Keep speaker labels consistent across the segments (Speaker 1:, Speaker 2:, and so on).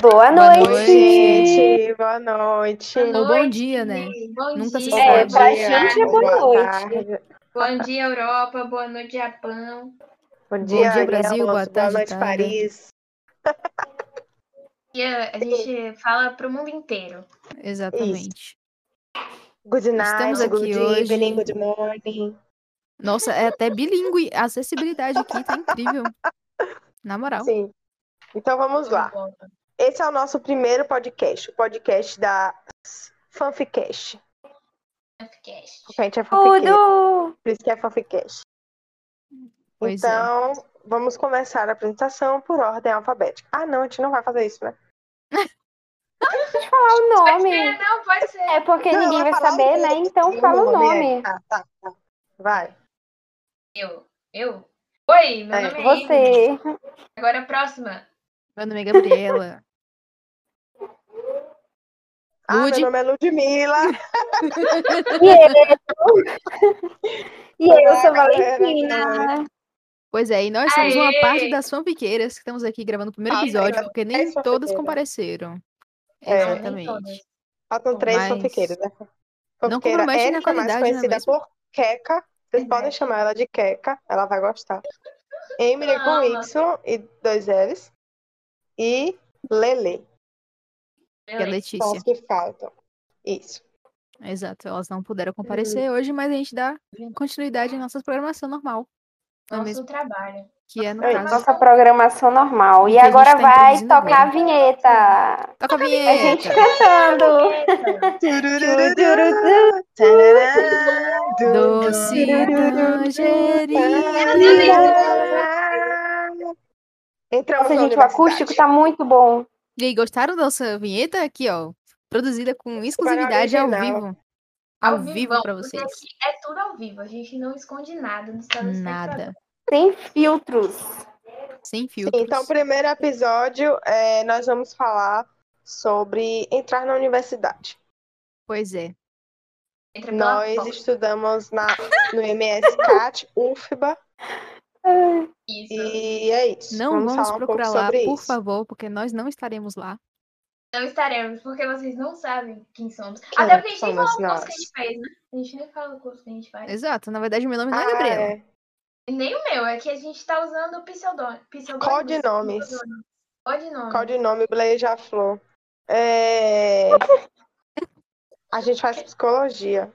Speaker 1: Boa
Speaker 2: Boa
Speaker 1: noite.
Speaker 2: noite.
Speaker 3: Gente, boa noite.
Speaker 4: Boa
Speaker 2: Ou bom
Speaker 4: noite.
Speaker 2: dia, né?
Speaker 4: Bom
Speaker 2: Nunca se
Speaker 4: dia.
Speaker 2: sabe.
Speaker 1: É,
Speaker 2: Bom
Speaker 1: pra
Speaker 2: dia,
Speaker 1: gente é boa noite.
Speaker 3: tarde.
Speaker 4: Bom dia, Europa. Boa noite, Japão.
Speaker 3: Bom dia,
Speaker 2: dia,
Speaker 3: Ariel,
Speaker 2: Brasil, boa tarde,
Speaker 3: noite,
Speaker 2: Itália.
Speaker 3: Paris.
Speaker 4: E a, a gente fala pro mundo inteiro.
Speaker 2: Exatamente.
Speaker 3: Good night,
Speaker 2: Estamos aqui
Speaker 3: good
Speaker 2: hoje.
Speaker 3: evening, good morning.
Speaker 2: Nossa, é até bilíngue. A acessibilidade aqui tá incrível. Na moral.
Speaker 3: Sim. Então vamos lá. Esse é o nosso primeiro podcast, o podcast da Fanficast.
Speaker 4: Podcast.
Speaker 3: Porque a
Speaker 1: Oh,
Speaker 3: gente é fanfiqueiro,
Speaker 1: Tudo!
Speaker 3: por isso que é Fanficast.
Speaker 2: Pois é.
Speaker 3: então, vamos começar a apresentação por ordem alfabética. Ah, não, a gente não vai fazer isso, né?
Speaker 1: Fala o
Speaker 4: Pode
Speaker 1: nome.
Speaker 4: ser, não, pode ser.
Speaker 1: É porque
Speaker 3: Não,
Speaker 1: ninguém
Speaker 3: vai
Speaker 1: vai
Speaker 3: falar o
Speaker 1: saber,
Speaker 3: nome.
Speaker 1: né? Então fala o nome.
Speaker 3: Ah, tá, tá. Vai.
Speaker 4: Eu. Eu? Oi, meu
Speaker 3: É,
Speaker 4: nome é Ingrid.
Speaker 1: Você.
Speaker 4: Agora a próxima.
Speaker 2: Meu nome é Gabriela.
Speaker 3: Ah, meu
Speaker 2: Lud.
Speaker 3: nome é Ludmilla.
Speaker 1: E eu. E eu sou é Valentina.
Speaker 2: Pois é, e nós somos uma
Speaker 4: Aê!
Speaker 2: parte das fanfiqueiras que estamos aqui gravando o primeiro
Speaker 3: Ah,
Speaker 2: episódio,
Speaker 3: legal.
Speaker 2: porque nem
Speaker 3: Dez
Speaker 2: todas
Speaker 3: fanfiqueiras.
Speaker 2: compareceram. então, né?
Speaker 3: É.
Speaker 4: Não, nem
Speaker 2: Exatamente.
Speaker 3: Faltam três
Speaker 2: Mas
Speaker 3: fanfiqueiras, né?
Speaker 2: não
Speaker 3: Fanfiqueira
Speaker 2: compromete na
Speaker 3: Érica, mais
Speaker 2: qualidade, não é
Speaker 3: conhecida
Speaker 2: mesmo?
Speaker 3: por Queca. Vocês
Speaker 4: Verdade.
Speaker 3: podem chamar ela de Queca, ela vai gostar. Emily com
Speaker 4: Ama.
Speaker 3: Y e dois L's. E Lele,
Speaker 2: Que é a
Speaker 4: Beleza.
Speaker 3: são as
Speaker 2: Letícia.
Speaker 3: que faltam. Isso.
Speaker 2: Exato. Elas não puderam comparecer hoje, mas a gente dá continuidade em nossa programação normal. Não é
Speaker 4: Nosso
Speaker 2: mesmo?
Speaker 4: trabalho.
Speaker 2: Que é no
Speaker 3: Ei,
Speaker 2: caso.
Speaker 1: Nossa programação normal.
Speaker 2: Que
Speaker 1: E
Speaker 2: a gente
Speaker 1: agora
Speaker 2: tá
Speaker 1: vai
Speaker 2: introduzindo
Speaker 1: tocar a
Speaker 2: agora.
Speaker 1: vinheta.
Speaker 2: Toca a
Speaker 1: A gente
Speaker 2: vinheta!
Speaker 1: cantando.
Speaker 2: Doce tangerina.
Speaker 3: Entramos
Speaker 1: Nossa,
Speaker 3: na
Speaker 1: gente, o
Speaker 3: universidade.
Speaker 1: acústico tá muito bom.
Speaker 2: E aí, gostaram da nossa vinheta aqui, ó? Produzida com exclusividade ao
Speaker 3: original.
Speaker 2: vivo. Ao
Speaker 4: vivão,
Speaker 2: vivo pra
Speaker 4: porque
Speaker 2: vocês.
Speaker 4: aqui é tudo ao vivo. A gente não esconde nada. Não está no
Speaker 2: Nada.
Speaker 1: Sem filtros.
Speaker 2: Sem
Speaker 3: Sim,
Speaker 2: filtros.
Speaker 3: Então, primeiro episódio, é, nós vamos falar sobre entrar na universidade.
Speaker 2: Pois é. Tá
Speaker 4: Entra pela
Speaker 3: Nós
Speaker 4: porta.
Speaker 3: estudamos na, no MSCAT, UFBA,
Speaker 4: Isso.
Speaker 3: e é isso.
Speaker 2: Não vamos,
Speaker 3: falar um pouco
Speaker 2: procurar lá,
Speaker 3: sobre
Speaker 2: por
Speaker 3: isso.
Speaker 2: favor, porque nós não estaremos lá.
Speaker 4: Não estaremos, porque vocês não sabem quem somos.
Speaker 3: Quem
Speaker 4: Até porque a gente nem
Speaker 3: somos
Speaker 4: falou o curso que a
Speaker 3: nós?
Speaker 4: gente fez, né? A gente nem fala o curso que a gente faz.
Speaker 2: Exato. Na verdade, meu nome não é
Speaker 3: Ah,
Speaker 2: Gabriela.
Speaker 3: é.
Speaker 4: Nem o meu, é que a gente tá usando pseudônimo. pseudônimo
Speaker 3: Codinomes.
Speaker 4: Codinome.
Speaker 3: Qual de nome? Bleja Flor. É... A gente faz psicologia.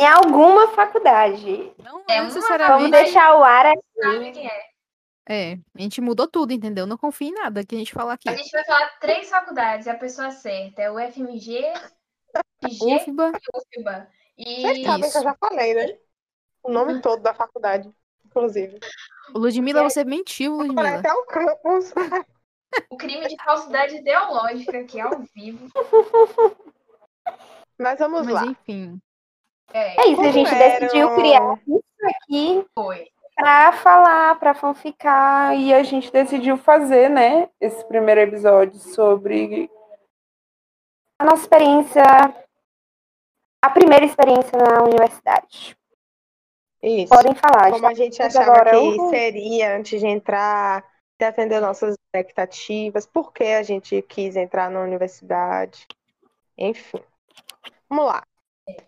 Speaker 1: Em alguma faculdade.
Speaker 2: Não
Speaker 4: É
Speaker 2: é
Speaker 4: uma-
Speaker 1: Vamos
Speaker 2: necessariamente.
Speaker 1: deixar o ar
Speaker 4: Sabe
Speaker 1: aqui.
Speaker 4: quem é?
Speaker 2: É, a gente mudou tudo, entendeu? Não confia em nada que a gente fala aqui.
Speaker 4: A gente vai falar três faculdades, a pessoa certa. É o FMG, FG
Speaker 2: UFBA,
Speaker 4: e UFBA. E
Speaker 3: Vocês sabem tá que eu
Speaker 2: Isso.
Speaker 3: já falei, né? O nome
Speaker 2: Ah.
Speaker 3: todo da faculdade, inclusive.
Speaker 2: Ludmilla, você mentiu,
Speaker 3: Parece
Speaker 2: Ludmilla.
Speaker 3: até o campus.
Speaker 4: o crime de falsidade ideológica, que é ao vivo.
Speaker 3: Mas vamos lá.
Speaker 2: Mas enfim,
Speaker 4: É,
Speaker 1: É isso, a gente
Speaker 3: Primeiro.
Speaker 1: decidiu criar isso aqui
Speaker 4: foi.
Speaker 1: pra falar, pra fanficar.
Speaker 5: E a gente decidiu fazer, né, esse primeiro episódio sobre.
Speaker 1: A nossa experiência, a primeira experiência na universidade.
Speaker 3: Isso.
Speaker 1: Podem falar.
Speaker 3: como é a gente
Speaker 1: Mas
Speaker 3: achava
Speaker 1: agora
Speaker 5: é
Speaker 3: que
Speaker 5: um
Speaker 1: eu-
Speaker 3: seria antes de entrar, de atender nossas expectativas, por que a gente quis entrar na universidade, enfim. Vamos lá,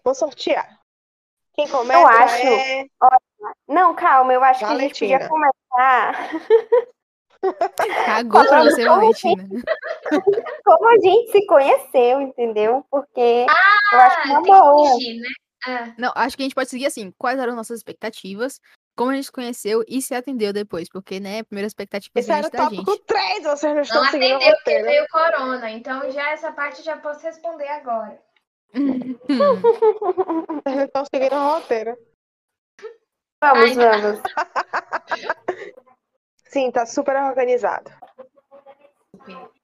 Speaker 3: vou sortear. Quem começa
Speaker 1: acho-
Speaker 3: é...
Speaker 1: Não, calma, eu acho que a gente podia
Speaker 3: Valentina.
Speaker 1: começar.
Speaker 2: cagou pra você,
Speaker 1: Falando
Speaker 2: Valentina.
Speaker 1: Como a gente se conheceu, entendeu? Porque eu
Speaker 3: tá
Speaker 1: acho que é
Speaker 4: Ah,
Speaker 1: uma
Speaker 4: tem que
Speaker 1: boa.
Speaker 4: fingir, né? Ah,
Speaker 2: Não, acho que a gente pode seguir assim. Quais eram nossas expectativas? Como a gente se conheceu e se atendeu depois? Porque, né, primeira expectativa
Speaker 3: Esse era
Speaker 2: diferente da
Speaker 3: o tópico
Speaker 2: gente.
Speaker 3: 3, vocês não estão
Speaker 4: não
Speaker 3: seguindo o
Speaker 4: atendeu porque
Speaker 3: roteiro.
Speaker 4: veio corona. Então já essa parte eu já posso responder agora.
Speaker 2: Hum,
Speaker 3: Vocês não estão seguindo o roteiro.
Speaker 1: Vamos,
Speaker 4: Ai,
Speaker 1: vamos.
Speaker 3: Sim, tá super organizado.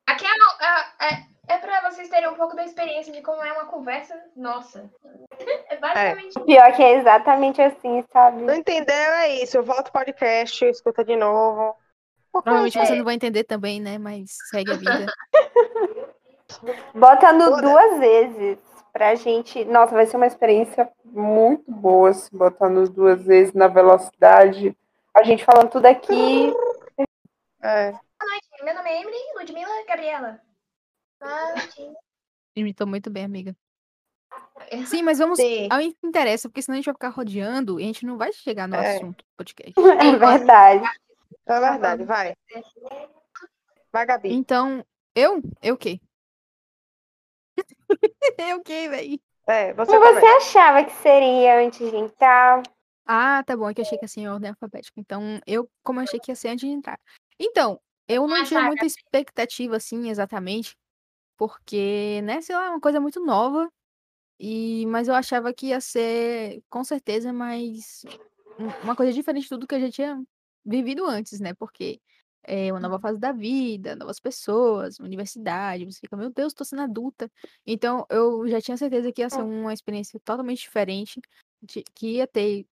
Speaker 4: Aqui é, uma- é, é, é pra vocês terem um pouco da experiência de como é uma conversa nossa. É basicamente
Speaker 1: O Pior que é exatamente assim,
Speaker 5: Hum.
Speaker 1: sabe?
Speaker 3: Não entendeu? É isso. Volta o podcast, escuta de novo. Porque
Speaker 2: provavelmente
Speaker 3: é
Speaker 2: você não vai entender também, né? Mas segue a vida.
Speaker 1: Bota no
Speaker 3: Toda.
Speaker 1: duas vezes pra gente. Nossa, vai ser uma experiência.
Speaker 5: Muito boa se botar nos duas vezes na velocidade.
Speaker 1: A gente falando tudo aqui.
Speaker 3: É.
Speaker 4: Boa noite, Meu nome é Emily Ludmila Gabriela. Ah, Martins.
Speaker 2: Imitou muito bem, amiga. Sim, mas vamos
Speaker 3: É. Sim.
Speaker 2: ao que interessa, porque senão a gente vai ficar rodeando e a gente não vai chegar no
Speaker 3: É.
Speaker 2: assunto do podcast.
Speaker 1: É verdade.
Speaker 3: É verdade, vai. Vai, Gabi.
Speaker 2: Então, eu? Eu o quê? Eu o quê, véi?
Speaker 3: É,
Speaker 1: O que você
Speaker 3: você começa.
Speaker 1: achava que seria antes de entrar?
Speaker 2: Ah, tá bom, é que eu achei que assim, em ordem alfabética. Então, eu, como eu achei que ia ser antes de entrar. Então, eu não
Speaker 4: Ah,
Speaker 2: tinha
Speaker 4: tá,
Speaker 2: muita expectativa, assim, exatamente, porque, né, sei lá, é uma coisa muito nova. E, mas eu achava que ia ser, com certeza, mais um- uma coisa diferente de tudo que eu já tinha vivido antes, né? Porque é uma nova fase da vida, novas pessoas, universidade, você fica, meu Deus, tô sendo adulta. Então, eu já tinha certeza que ia ser uma experiência totalmente diferente, de- que ia ter,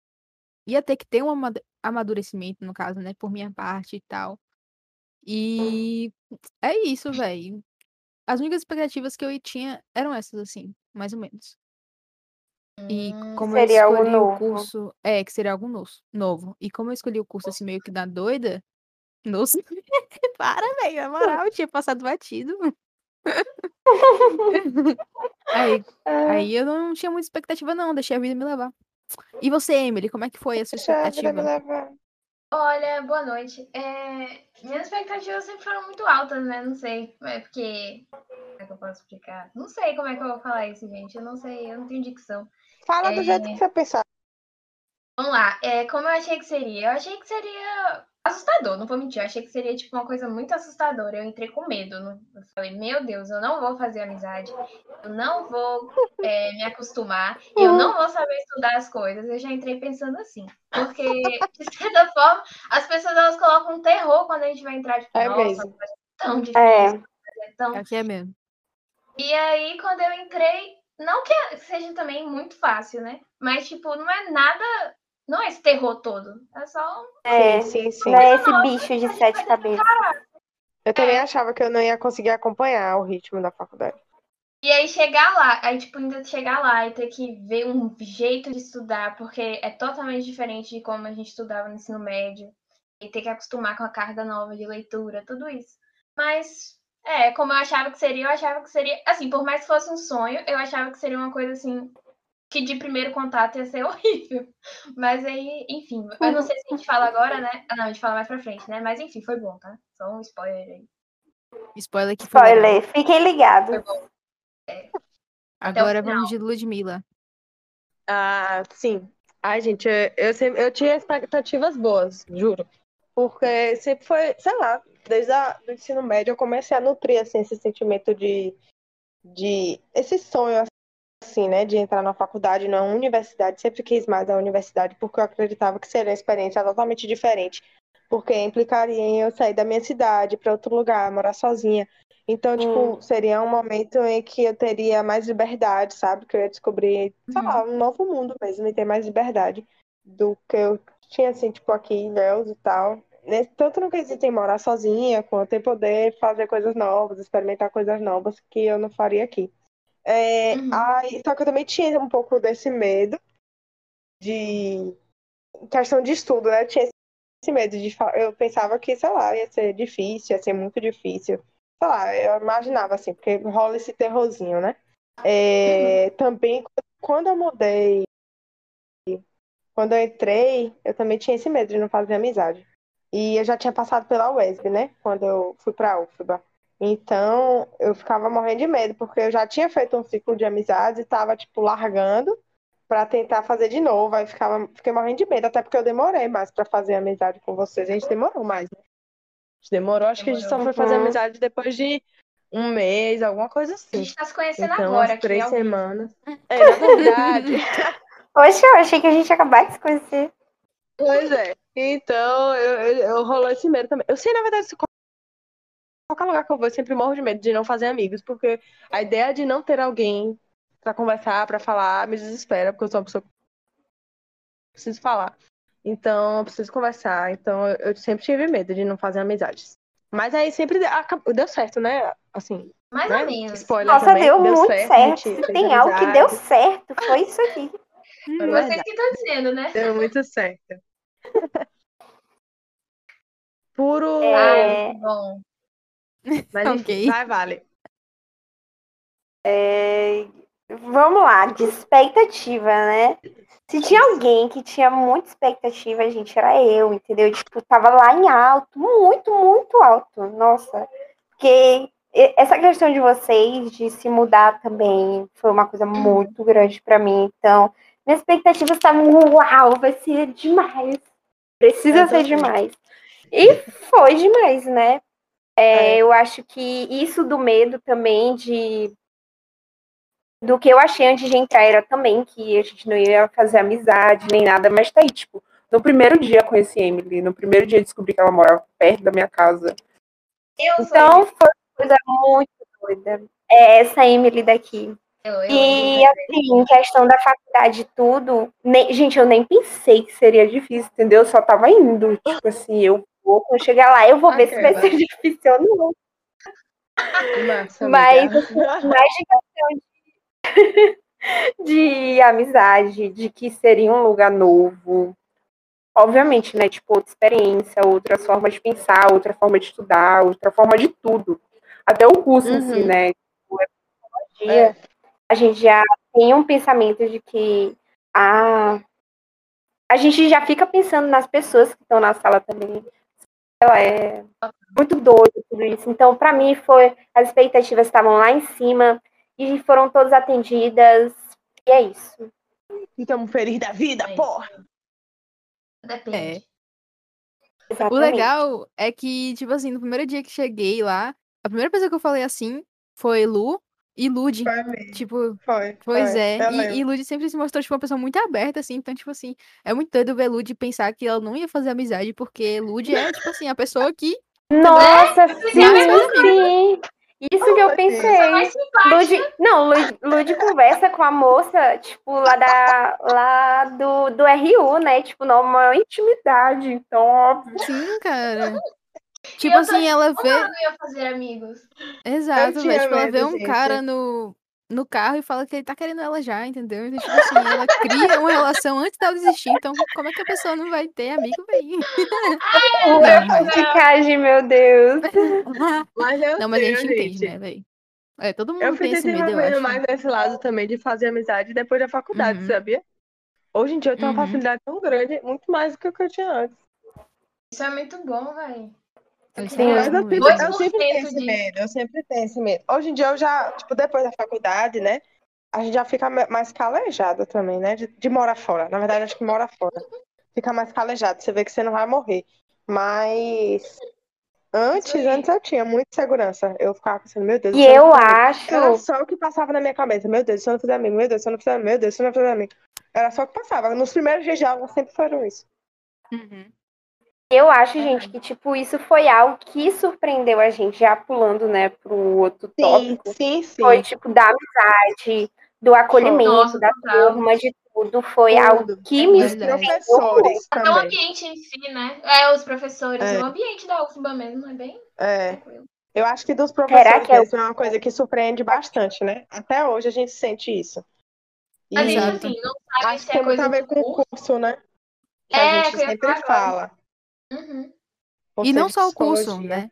Speaker 2: ia ter que ter um amad- amadurecimento, no caso, né? Por minha parte e tal.
Speaker 1: Hum.
Speaker 2: E é isso, velho. As únicas expectativas que eu tinha eram essas, assim, mais ou menos. E como
Speaker 1: Hum, Seria
Speaker 2: eu
Speaker 1: algo
Speaker 2: escolhi o
Speaker 1: novo.
Speaker 2: curso. É, que seria algo novo. novo. E como eu escolhi o
Speaker 1: Hum.
Speaker 2: curso assim, meio que da doida. Nossa, para, velho. Na é moral, eu tinha passado batido. aí, aí eu não tinha muita expectativa, não. Deixei a vida me levar. E você, Emily, como é que foi a sua
Speaker 3: Deixa a vida me
Speaker 2: expectativa?
Speaker 3: levar.
Speaker 4: Olha, boa noite. É, minhas expectativas sempre foram muito altas, né? Não sei. É porque. Como é que eu posso explicar? Não sei como é que eu vou falar isso, gente. Eu não sei, eu não tenho dicção.
Speaker 3: Fala do
Speaker 4: É.
Speaker 3: jeito que você pensava.
Speaker 4: Vamos lá, é, como eu achei que seria? Eu achei que seria assustador, não vou mentir. Eu achei que seria tipo uma coisa muito assustadora. Eu entrei com medo. eu não- Eu falei, meu Deus, eu não vou fazer amizade, eu não vou é, me acostumar, e eu não vou saber estudar as coisas. Eu já entrei pensando assim. Porque, de certa forma, as pessoas elas colocam um terror quando a gente vai entrar, tipo,
Speaker 3: É
Speaker 4: nossa,
Speaker 3: mesmo.
Speaker 4: mas é tão difícil,
Speaker 1: É.
Speaker 4: é tão
Speaker 2: Aqui é mesmo.
Speaker 4: e aí, quando eu entrei, não que seja também muito fácil, né? Mas, tipo, não é nada. Não é esse terror todo. É só. um-
Speaker 1: É.
Speaker 3: Sim, sim, sim.
Speaker 1: Não é esse bicho de sete cabeças.
Speaker 3: Eu também achava que eu não ia conseguir acompanhar o ritmo da faculdade.
Speaker 4: E aí, chegar lá. Aí, tipo, ainda chegar lá e ter que ver um jeito de estudar, porque é totalmente diferente de como a gente estudava no ensino médio. E ter que acostumar com a carga nova de leitura, tudo isso. Mas. É, como eu achava que seria, eu achava que seria. Assim, por mais que fosse um sonho, eu achava que seria uma coisa assim. Que de primeiro contato ia ser horrível. Mas aí, enfim, eu não sei se a gente fala agora, né? Ah, não, a gente fala mais pra frente, né? Mas enfim, foi bom, tá? Só um spoiler aí.
Speaker 2: Spoiler que foi. legal.
Speaker 1: Spoiler, fiquem ligados.
Speaker 4: Até o
Speaker 2: Agora vamos de Ludmilla.
Speaker 3: Ah, sim. Ai, gente, eu, eu, sempre- eu tinha expectativas boas, juro. Porque sempre foi, sei lá, desde a, do ensino médio eu comecei a nutrir assim, esse sentimento de, de. Esse sonho, assim, né, de entrar na faculdade, numa universidade. Sempre quis mais a universidade, porque eu acreditava que seria uma experiência totalmente diferente. Porque implicaria em eu sair da minha cidade para outro lugar, morar sozinha. Então, tipo, seria um momento em que eu teria mais liberdade, sabe? Que eu ia descobrir, sei lá, um novo mundo mesmo e ter mais liberdade do que eu tinha, assim, tipo, aqui em Deus e tal. Né, Tanto no quesito em morar sozinha, quanto em poder fazer coisas novas, experimentar coisas novas que eu não faria aqui. É,
Speaker 4: Uhum.
Speaker 3: aí, só que eu também tinha um pouco desse medo de questão de estudo, né? Eu tinha esse medo de fa- eu pensava que, sei lá, ia ser difícil, ia ser muito difícil. Sei lá, eu imaginava assim, porque rola esse terrorzinho, né? É, Também quando eu mudei, quando eu entrei, eu também tinha esse medo de não fazer amizade. E eu já tinha passado pela UESB, né? Quando eu fui pra UFBA. Então, eu ficava morrendo de medo, porque eu já tinha feito um ciclo de amizades e tava, tipo, largando pra tentar fazer de novo. Aí ficava, fiquei morrendo de medo, até porque eu demorei mais pra fazer amizade com vocês. A gente demorou mais, né? A gente demorou, acho que a gente só
Speaker 4: Demorou.
Speaker 3: foi fazer
Speaker 1: Uhum.
Speaker 3: amizade depois de um mês, alguma coisa
Speaker 4: A
Speaker 3: assim.
Speaker 4: gente tá se conhecendo
Speaker 3: Então,
Speaker 4: agora
Speaker 3: umas
Speaker 4: aqui.
Speaker 3: três
Speaker 4: ó.
Speaker 3: semanas. É, na verdade.
Speaker 1: Poxa, eu achei que a gente ia acabar de se conhecer.
Speaker 3: Pois é. Então, eu, eu, eu rolou esse medo também. Eu sei, na verdade, se qual- qualquer lugar que eu vou, eu sempre morro de medo de não fazer amigos, porque a ideia de não ter alguém pra conversar, pra falar, me desespera, porque eu sou uma pessoa que preciso falar. Então, eu preciso conversar. Então, eu, eu sempre tive medo de não fazer amizades. Mas aí sempre acabou, deu certo, né? Assim,
Speaker 4: Mais
Speaker 3: né?
Speaker 4: ou menos.
Speaker 3: Spoiler
Speaker 1: Nossa,
Speaker 3: também.
Speaker 1: deu, muito
Speaker 3: certo.
Speaker 1: certo.
Speaker 3: a gente
Speaker 1: Se
Speaker 3: fez
Speaker 1: Tem algo que
Speaker 3: amizade.
Speaker 1: deu certo. Foi isso aqui.
Speaker 2: Hum,
Speaker 3: É verdade.
Speaker 4: Vocês que estão dizendo, né?
Speaker 3: Deu muito certo. Puro.
Speaker 1: É.
Speaker 3: Ah, É
Speaker 4: Ai, muito bom.
Speaker 3: Mas enfim,
Speaker 2: Ok.
Speaker 3: vai, vale.
Speaker 1: É, Vamos lá, de expectativa, né? Se tinha alguém que tinha muita expectativa, gente, era eu, entendeu? Tipo, tava lá em alto, muito, muito alto. Nossa, porque e- essa questão de vocês, de se mudar também, foi uma coisa muito grande pra mim. Então, minhas expectativas estavam, uau, vai ser demais. Precisa ser
Speaker 3: Exatamente.
Speaker 1: demais. E foi demais, né? É,
Speaker 3: É.
Speaker 1: Eu acho que isso do medo também de do que eu achei antes de entrar era também que a gente não ia fazer amizade nem nada, mas tá aí, tipo, no primeiro dia eu conheci a Emily, no primeiro dia eu descobri que ela morava perto da minha casa.
Speaker 4: Eu sou
Speaker 1: Então foi uma coisa muito doida. É essa Emily daqui.
Speaker 4: eu, eu,
Speaker 1: E
Speaker 4: eu-
Speaker 1: assim, em questão da faculdade e tudo, nem- gente, eu nem pensei que seria difícil, entendeu? Eu só tava indo, tipo assim, eu vou, quando eu chegar lá, eu vou ver se vai
Speaker 3: Aquela.
Speaker 1: ser difícil ou não.
Speaker 3: Massa,
Speaker 1: Mas,
Speaker 3: amiga.
Speaker 1: mais de questão de, de amizade, de que seria um lugar novo. Obviamente, né? Tipo, outra experiência, outras formas de pensar, outra forma de estudar, outra forma de tudo. Até o curso em si,
Speaker 3: Uhum.
Speaker 1: né? Tipo, é psicologia.
Speaker 3: É.
Speaker 1: A gente já tem um pensamento de que ah, a gente já fica pensando nas pessoas que estão na sala também. Ela é muito doida tudo isso. Então, para mim, foi as expectativas estavam lá em cima e foram todas atendidas. E é isso.
Speaker 3: Estamos felizes Então, um da vida,
Speaker 4: É.
Speaker 3: porra.
Speaker 2: É.
Speaker 4: Depende.
Speaker 2: O
Speaker 1: Exatamente.
Speaker 2: legal é que, tipo assim, no primeiro dia que cheguei lá, a primeira pessoa que eu falei assim foi Lu e Lud.
Speaker 3: Foi, mesmo,
Speaker 2: Tipo,
Speaker 3: foi.
Speaker 2: Pois
Speaker 3: foi.
Speaker 2: é,
Speaker 3: Eu
Speaker 2: e-
Speaker 3: lembro.
Speaker 2: e, Lud sempre se mostrou, tipo, uma pessoa muito aberta, assim, então, tipo assim, é muito doido ver Lud pensar que ela não ia fazer amizade, porque Lud é, tipo assim, a pessoa que
Speaker 1: Nossa,
Speaker 2: É,
Speaker 4: mesma
Speaker 1: sim, sim. Isso que eu
Speaker 4: Só
Speaker 1: pensei.
Speaker 4: mais simpática.
Speaker 1: Lud, não, Lud, Lud conversa com a moça, tipo, lá, da, lá do, do RU, né? Tipo, numa intimidade. Então, óbvio.
Speaker 2: sim, cara. Tipo
Speaker 4: eu tô
Speaker 2: assim, ela vê.
Speaker 4: Eu não ia fazer amigos.
Speaker 2: Exato,
Speaker 3: tinha
Speaker 2: velho. Tipo, ela vê
Speaker 3: medo,
Speaker 2: um
Speaker 3: gente.
Speaker 2: cara no, no carro e fala que ele tá querendo ela já, entendeu? Então, tipo assim, ela cria uma relação antes dela desistir. Então, como é que a pessoa não vai ter amigo, velho?
Speaker 1: Não,
Speaker 2: mas-
Speaker 1: meu Deus.
Speaker 3: Mas eu
Speaker 2: Não, mas a
Speaker 3: tenho,
Speaker 2: gente entende, né, velho? É, todo mundo
Speaker 3: Eu fui
Speaker 2: tem esse medo, eu
Speaker 3: desenvolvendo
Speaker 2: acho.
Speaker 3: mais desse lado também de fazer amizade depois da faculdade,
Speaker 2: Uhum.
Speaker 3: sabia? Hoje em dia eu tenho uma
Speaker 2: Uhum.
Speaker 3: facilidade tão grande, muito mais do que o que eu tinha antes.
Speaker 4: Isso é muito bom, velho.
Speaker 2: Eles
Speaker 1: Sim,
Speaker 2: têm
Speaker 3: Mas
Speaker 2: mesmo
Speaker 3: eu
Speaker 2: medo.
Speaker 3: sempre, eu
Speaker 4: 2%
Speaker 3: sempre tenho esse
Speaker 4: disso.
Speaker 3: medo, eu sempre tenho esse medo. Hoje em dia eu já, tipo, depois da faculdade, né? A gente já fica me- mais calejada também, né? De, de morar fora. Na verdade, acho que mora fora. Fica mais calejado, você vê que você não vai morrer. Mas antes,
Speaker 4: aí.
Speaker 3: antes eu tinha muita segurança. Eu ficava pensando, meu Deus,
Speaker 1: E
Speaker 3: se não
Speaker 1: eu
Speaker 3: fizer isso- Era
Speaker 1: acho.
Speaker 3: só o que passava na minha cabeça. Meu Deus, se eu não fizer amigo, meu Deus, se eu não fizer amigo, meu Deus, se eu não fizer amigo. Era só o que passava. Nos primeiros dias de aula sempre foram isso.
Speaker 2: Uhum.
Speaker 1: Eu acho, gente, que tipo, isso foi algo que surpreendeu a gente, já pulando, né, pro outro tópico.
Speaker 3: sim, sim.
Speaker 1: Foi tipo da amizade, do acolhimento,
Speaker 4: Nossa,
Speaker 1: da
Speaker 4: total.
Speaker 1: turma, de tudo. Foi
Speaker 3: Tudo.
Speaker 1: algo que me
Speaker 3: Os
Speaker 2: Verdade.
Speaker 3: professores
Speaker 4: Até o
Speaker 3: também.
Speaker 4: É um ambiente em si, né? É, os professores.
Speaker 3: É.
Speaker 4: O ambiente da UFBA mesmo é bem
Speaker 3: É.
Speaker 4: tranquilo.
Speaker 3: Eu acho que dos professores
Speaker 1: que é o-
Speaker 3: mesmo é uma coisa que surpreende bastante, né? Até hoje a gente sente isso. E
Speaker 4: A gente,
Speaker 2: Exato.
Speaker 4: assim, não sabe
Speaker 3: acho
Speaker 4: se
Speaker 3: que tem
Speaker 4: é
Speaker 3: muito
Speaker 4: coisa
Speaker 3: a ver
Speaker 4: do
Speaker 3: com o
Speaker 4: curso.
Speaker 3: curso, né? Que
Speaker 4: É,
Speaker 3: a gente
Speaker 4: que eu ia
Speaker 3: sempre
Speaker 4: falar
Speaker 3: fala.
Speaker 4: Uhum.
Speaker 3: Ou
Speaker 2: E não
Speaker 3: seja,
Speaker 2: só o curso,
Speaker 3: psicologia.
Speaker 2: né?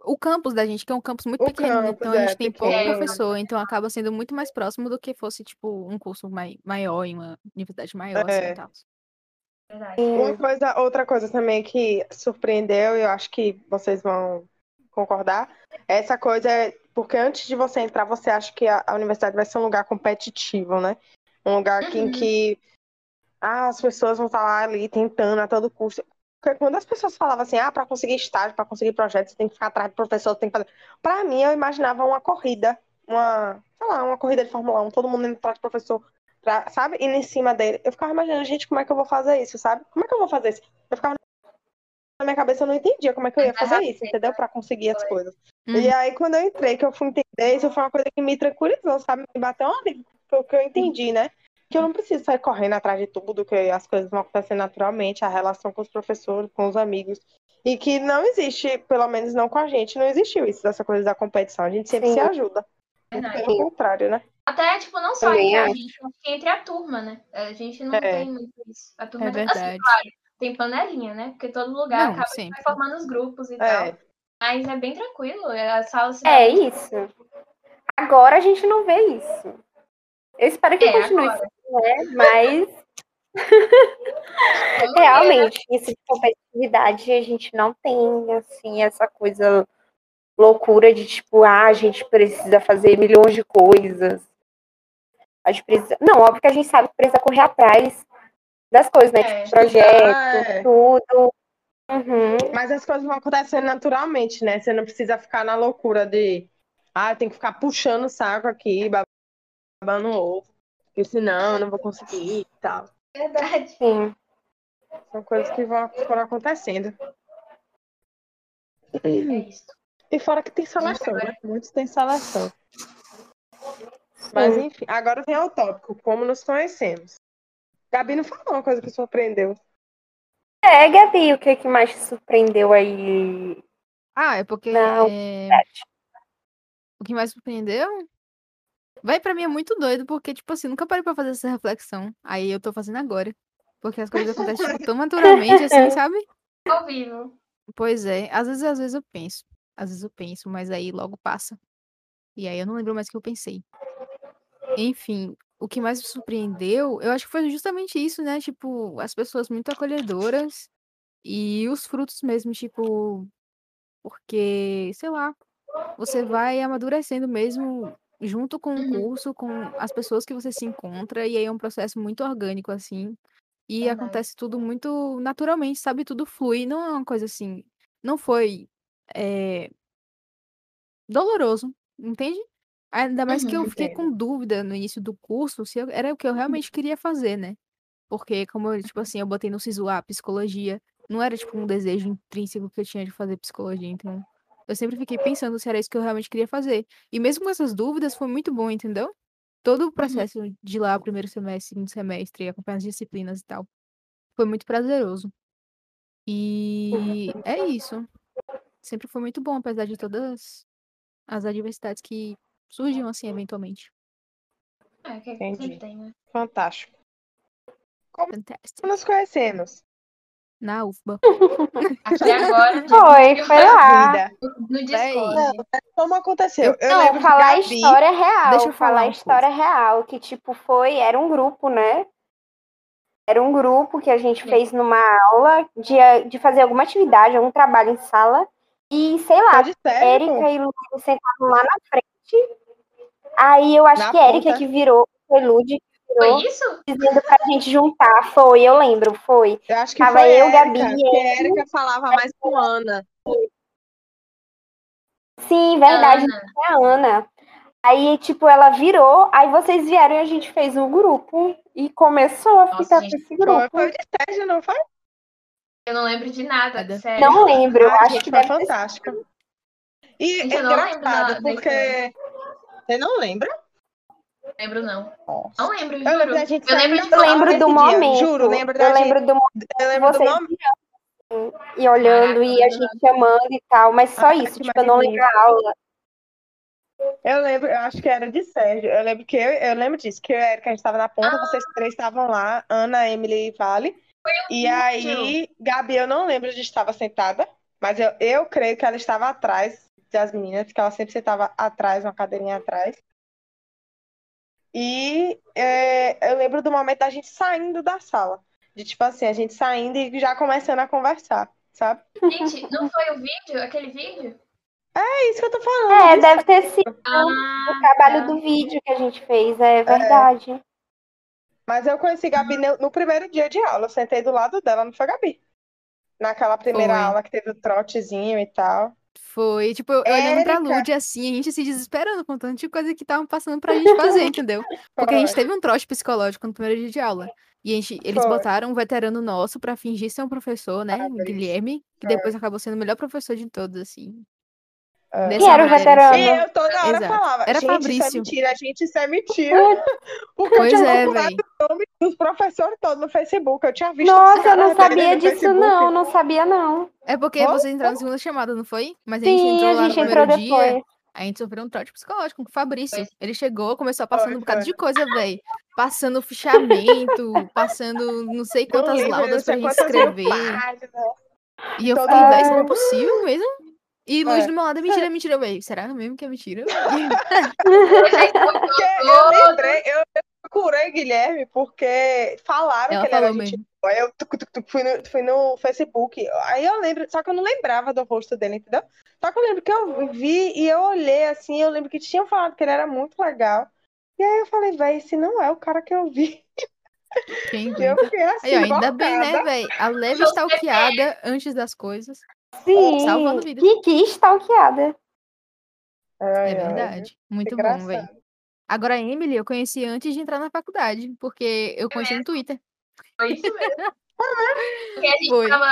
Speaker 2: O campus da gente, que é um campus muito
Speaker 3: O
Speaker 2: pequeno, né?
Speaker 3: campus,
Speaker 2: então a
Speaker 3: é,
Speaker 2: gente tem pouco
Speaker 3: pequeno.
Speaker 2: professor, então acaba sendo muito mais próximo do que fosse, tipo, um curso mai maior, em uma universidade maior, assim,
Speaker 3: É.
Speaker 2: e tal.
Speaker 4: Verdade.
Speaker 3: Uma coisa, outra coisa também que surpreendeu, e eu acho que vocês vão concordar, é essa coisa, é- porque antes de você entrar, você acha que a, a universidade vai ser um lugar competitivo, né? Um lugar que- em
Speaker 4: Uhum.
Speaker 3: que ah, as pessoas vão estar lá ali tentando a todo custo. Porque quando as pessoas falavam assim, ah, para conseguir estágio, para conseguir projeto, você tem que ficar atrás do professor, você tem que fazer. Para mim, eu imaginava uma corrida, uma, sei lá, uma corrida de Fórmula 1, todo mundo indo atrás do professor, pra- sabe? Indo em cima dele. Eu ficava imaginando, gente, como é que eu vou fazer isso, sabe? Como é que eu vou fazer isso? Eu ficava na minha cabeça, eu não entendia como é que eu ia fazer isso, entendeu? Para conseguir as coisas.
Speaker 2: Hum.
Speaker 3: E aí, quando eu entrei, que eu fui entender, isso foi uma coisa que me tranquilizou, sabe? Me bateu uma alívio, foi o que eu entendi, né? Que eu não preciso sair correndo atrás de tudo, que as coisas vão acontecer naturalmente, a relação com os professores, com os amigos. E que não existe, pelo menos não com a gente, não existiu isso, dessa coisa da competição. A gente sempre
Speaker 1: Sim.
Speaker 3: se ajuda. Muito
Speaker 4: Verdade.
Speaker 3: pelo contrário, né?
Speaker 4: Até, tipo, não só
Speaker 1: Também
Speaker 4: entre a
Speaker 1: acho.
Speaker 4: gente, mas que entre a turma, né? A gente não
Speaker 3: É.
Speaker 4: tem muito isso. A turma
Speaker 2: É
Speaker 4: tem...
Speaker 2: verdade.
Speaker 4: Assim, claro, tem panelinha, né? Porque todo lugar
Speaker 2: Não,
Speaker 4: assim, acaba
Speaker 2: sempre.
Speaker 4: formando os grupos e
Speaker 3: É.
Speaker 4: tal. Mas é bem tranquilo. A sala se dá
Speaker 1: É isso. Agora a gente não vê isso. Eu espero que
Speaker 4: É,
Speaker 1: continue
Speaker 4: agora.
Speaker 1: assim, né? Mas
Speaker 4: pra
Speaker 1: É,
Speaker 4: todo mundo.
Speaker 1: realmente, isso de competitividade, a gente não tem, assim, essa coisa loucura de tipo, ah, a gente precisa fazer milhões de coisas. A gente precisa. Não, óbvio que a gente sabe que precisa correr atrás das coisas, né?
Speaker 4: É,
Speaker 1: Tipo, projeto,
Speaker 3: Ah, é.
Speaker 1: tudo. Uhum.
Speaker 3: Mas as coisas vão acontecendo naturalmente, né? Você não precisa ficar na loucura de, ah, tem que ficar puxando o saco aqui, babando o ovo, porque senão eu não vou conseguir e tal.
Speaker 4: Verdade.
Speaker 1: Uhum. Sim.
Speaker 3: São coisas que vão foram acontecendo.
Speaker 4: É isso.
Speaker 3: E fora que tem seleção, né? Muitos têm seleção. Mas enfim, agora vem ao tópico, como nos conhecemos. Gabi não falou uma coisa que surpreendeu.
Speaker 1: É, Gabi, o que, que mais te surpreendeu aí?
Speaker 2: Ah, é porque.
Speaker 1: Não,
Speaker 2: é, O que mais surpreendeu? Vai, pra mim é muito doido, porque, tipo assim, nunca parei pra fazer essa reflexão. Aí eu tô fazendo agora. Porque as coisas acontecem tipo, tão naturalmente, assim, sabe?
Speaker 4: Ao vivo.
Speaker 2: Pois é. Às vezes, às vezes eu penso. Às vezes eu penso, mas aí logo passa. E aí eu não lembro mais o que eu pensei. Enfim, o que mais me surpreendeu, eu acho que foi justamente isso, né? Tipo, as pessoas muito acolhedoras e os frutos mesmo, tipo, porque, sei lá, você vai amadurecendo mesmo junto com o
Speaker 4: Uhum.
Speaker 2: curso, com as pessoas que você se encontra, e aí é um processo muito orgânico, assim. E
Speaker 4: Verdade.
Speaker 2: acontece tudo muito naturalmente, sabe? Tudo flui, não é uma coisa assim. Não foi eh, doloroso, entende? Ainda mais que eu
Speaker 4: Uhum,
Speaker 2: fiquei com dúvida no início do curso se eu- era o que eu realmente queria fazer, né? Porque, como eu, tipo assim, eu botei no SISU A psicologia, não era tipo um desejo intrínseco que eu tinha de fazer psicologia, então. Eu sempre fiquei pensando se era isso que eu realmente queria fazer. E mesmo com essas dúvidas, foi muito bom, entendeu? Todo o processo de lá, primeiro semestre, segundo semestre, acompanhar as disciplinas e tal, foi muito prazeroso. E é isso. Sempre foi muito bom, apesar de todas as adversidades que surgiam assim eventualmente.
Speaker 4: É, que
Speaker 3: Entendi.
Speaker 4: sempre tem, né?
Speaker 3: Fantástico.
Speaker 2: Fantástico.
Speaker 3: Como nos conhecemos?
Speaker 2: Na UFBA.
Speaker 4: Aqui agora,
Speaker 1: Foi, foi lá.
Speaker 3: Vida.
Speaker 4: no
Speaker 2: Véi.
Speaker 4: Discord.
Speaker 3: Como aconteceu? Eu,
Speaker 1: Ah. Não,
Speaker 3: lembro
Speaker 1: falar a
Speaker 3: de Gabi.
Speaker 1: história é real.
Speaker 2: Deixa eu falar
Speaker 1: falar a
Speaker 2: uma
Speaker 1: história real, que tipo foi, era um grupo, né? Era um grupo que a gente
Speaker 4: Sim.
Speaker 1: fez numa aula de, eh, de fazer alguma atividade, algum trabalho em sala. E sei lá,
Speaker 3: Pode ser, pô.
Speaker 1: Tá, Érica e Lud sentavam lá na frente. Aí eu acho
Speaker 3: Na
Speaker 1: que Érica
Speaker 3: ponta.
Speaker 1: que virou, foi Lud que virou,
Speaker 4: Foi isso?
Speaker 1: dizendo pra gente juntar. Foi, eu lembro, foi.
Speaker 3: Eu acho que
Speaker 1: Tava
Speaker 3: foi
Speaker 1: eu,
Speaker 3: Érica,
Speaker 1: Gabi,
Speaker 3: que a Érica falava mais com Ana.
Speaker 1: Sim, verdade,
Speaker 4: Ana.
Speaker 1: é a Ana. Aí, tipo, ela virou, aí vocês vieram e a gente fez um grupo e começou a
Speaker 4: Nossa,
Speaker 1: ficar
Speaker 4: gente,
Speaker 1: com esse
Speaker 3: Foi,
Speaker 1: grupo.
Speaker 3: foi de Sérgio, não foi?
Speaker 4: Eu não lembro de nada,
Speaker 2: Nada.
Speaker 4: sério.
Speaker 1: Não lembro,
Speaker 3: Ah,
Speaker 1: acho
Speaker 3: gente,
Speaker 1: que
Speaker 3: foi
Speaker 1: deve ter
Speaker 3: fantástico. E é
Speaker 4: Gente, eu não lembro
Speaker 3: engraçado,
Speaker 4: da- da
Speaker 3: porque... Você não lembra?
Speaker 4: lembro, não. Não lembro, juro.
Speaker 3: Eu lembro da gente
Speaker 4: Eu
Speaker 3: saindo
Speaker 4: lembro de
Speaker 1: Eu
Speaker 3: da
Speaker 4: falar.
Speaker 3: aula.
Speaker 1: lembro
Speaker 3: esse
Speaker 1: do
Speaker 3: dia,
Speaker 1: momento.
Speaker 3: juro, lembro da
Speaker 1: eu lembro do momento
Speaker 3: Eu lembro do
Speaker 1: Vocês assim,
Speaker 3: nome.
Speaker 1: e olhando e a
Speaker 4: Caraca,
Speaker 1: gente chamando e tal, mas só
Speaker 3: Ai,
Speaker 1: isso,
Speaker 3: que
Speaker 1: tipo, eu não lembro
Speaker 3: maravilha.
Speaker 1: a aula.
Speaker 3: Eu lembro, eu acho que era de Sérgio. Eu lembro que eu, eu lembro disso, que eu e a Érica, a gente estava na ponta, vocês três estavam lá, Ana, Emily e Vale. E aí, Gabi, eu não lembro onde estava sentada, mas eu, eu creio que ela estava atrás das meninas, que ela sempre sentava atrás, uma cadeirinha atrás. E é, eu lembro do momento da gente saindo da sala. De tipo assim, a gente saindo e já começando a conversar, sabe?
Speaker 4: Gente, não foi o vídeo? Aquele vídeo?
Speaker 3: É isso que eu tô falando.
Speaker 1: É,
Speaker 3: de
Speaker 1: deve ter sido
Speaker 4: Ah,
Speaker 1: o trabalho
Speaker 4: tá.
Speaker 1: do vídeo que a gente fez, é verdade.
Speaker 3: Mas eu conheci
Speaker 2: Uhum.
Speaker 3: Gabi no, no primeiro dia de aula. Eu sentei do lado dela, não foi Gabi? Naquela primeira
Speaker 2: Foi.
Speaker 3: aula que teve o trotezinho e tal.
Speaker 2: Foi, tipo, eu olhando pra
Speaker 3: Érica.
Speaker 2: Lud assim, a gente se desesperando com tanta de coisa que estavam passando pra gente fazer, entendeu? Porque a gente teve um trote psicológico no primeiro dia de aula. E a gente, eles
Speaker 3: Foi.
Speaker 2: botaram um veterano nosso pra fingir ser um professor, né? O
Speaker 3: foi.
Speaker 2: Guilherme, que depois acabou sendo o melhor professor de todos, assim.
Speaker 3: É.
Speaker 2: dessa
Speaker 1: Quem era o
Speaker 2: matéria,
Speaker 1: veterano?
Speaker 2: assim.
Speaker 3: E eu toda hora
Speaker 2: Exato.
Speaker 3: falava,
Speaker 2: Era
Speaker 3: gente, isso é
Speaker 2: Fabrício.
Speaker 3: mentira, gente, isso é mentira. Porque
Speaker 2: Pois
Speaker 3: eu tinha
Speaker 2: é,
Speaker 3: procurado
Speaker 2: véi.
Speaker 3: o nome dos professores todos no Facebook. Eu tinha visto
Speaker 1: Nossa,
Speaker 3: essa
Speaker 1: eu não
Speaker 3: matéria
Speaker 1: sabia
Speaker 3: no
Speaker 1: disso,
Speaker 3: Facebook.
Speaker 1: não, não sabia, não.
Speaker 2: É porque
Speaker 3: Foi?
Speaker 2: vocês entraram na segunda chamada, não foi? Mas a gente
Speaker 1: Sim,
Speaker 2: entrou
Speaker 1: a
Speaker 2: lá no
Speaker 1: gente
Speaker 2: primeiro
Speaker 1: entrou
Speaker 2: dia.
Speaker 1: depois.
Speaker 2: A gente sofreu um trote psicológico com o Fabrício.
Speaker 4: Pois.
Speaker 2: Ele chegou, começou passando um bocado
Speaker 3: foi.
Speaker 2: de coisa, velho. Passando fichamento, passando não sei
Speaker 3: Eu
Speaker 2: quantas
Speaker 3: lembro, um não
Speaker 2: laudas pra
Speaker 3: sei
Speaker 2: gente
Speaker 3: quantas mil
Speaker 2: escrever.
Speaker 3: páginas.
Speaker 2: E eu
Speaker 3: Toda
Speaker 2: fiquei,
Speaker 1: hora.
Speaker 2: velho, isso não é possível mesmo. E Luiz
Speaker 5: É.
Speaker 2: do meu lado é mentira, é mentira. Eu, "Ei, será mesmo que é mentira?
Speaker 3: Eu lembrei, eu procurei Guilherme porque falaram
Speaker 2: Ela
Speaker 3: que ele era
Speaker 2: falou
Speaker 3: gente
Speaker 2: mesmo.
Speaker 3: boa. Eu tuc, tuc, tuc, fui, no, fui no Facebook. Aí eu lembro, só que eu não lembrava do rosto dele, entendeu? Só que eu lembro que eu vi e eu olhei assim, eu lembro que tinham falado que ele era muito legal. E aí eu falei, véi, esse não é o cara que eu vi.
Speaker 2: Quem
Speaker 3: E eu
Speaker 2: aguenta?
Speaker 3: fiquei assim,
Speaker 2: Aí, ó, ainda bem, né,
Speaker 3: embocada.
Speaker 2: velho? A leve
Speaker 4: Você
Speaker 2: stalkeada antes das coisas. salvando
Speaker 1: Sim,
Speaker 2: vidas.
Speaker 1: que, que stalkeada.
Speaker 3: Ai,
Speaker 2: É
Speaker 3: ai,
Speaker 2: verdade. Muito bom,
Speaker 3: engraçado.
Speaker 2: velho. Agora, a Emily, eu conheci antes de entrar na faculdade, porque eu conheci
Speaker 3: É.
Speaker 2: no Twitter.
Speaker 4: Foi isso mesmo. Porque a gente
Speaker 2: Foi.
Speaker 4: tava.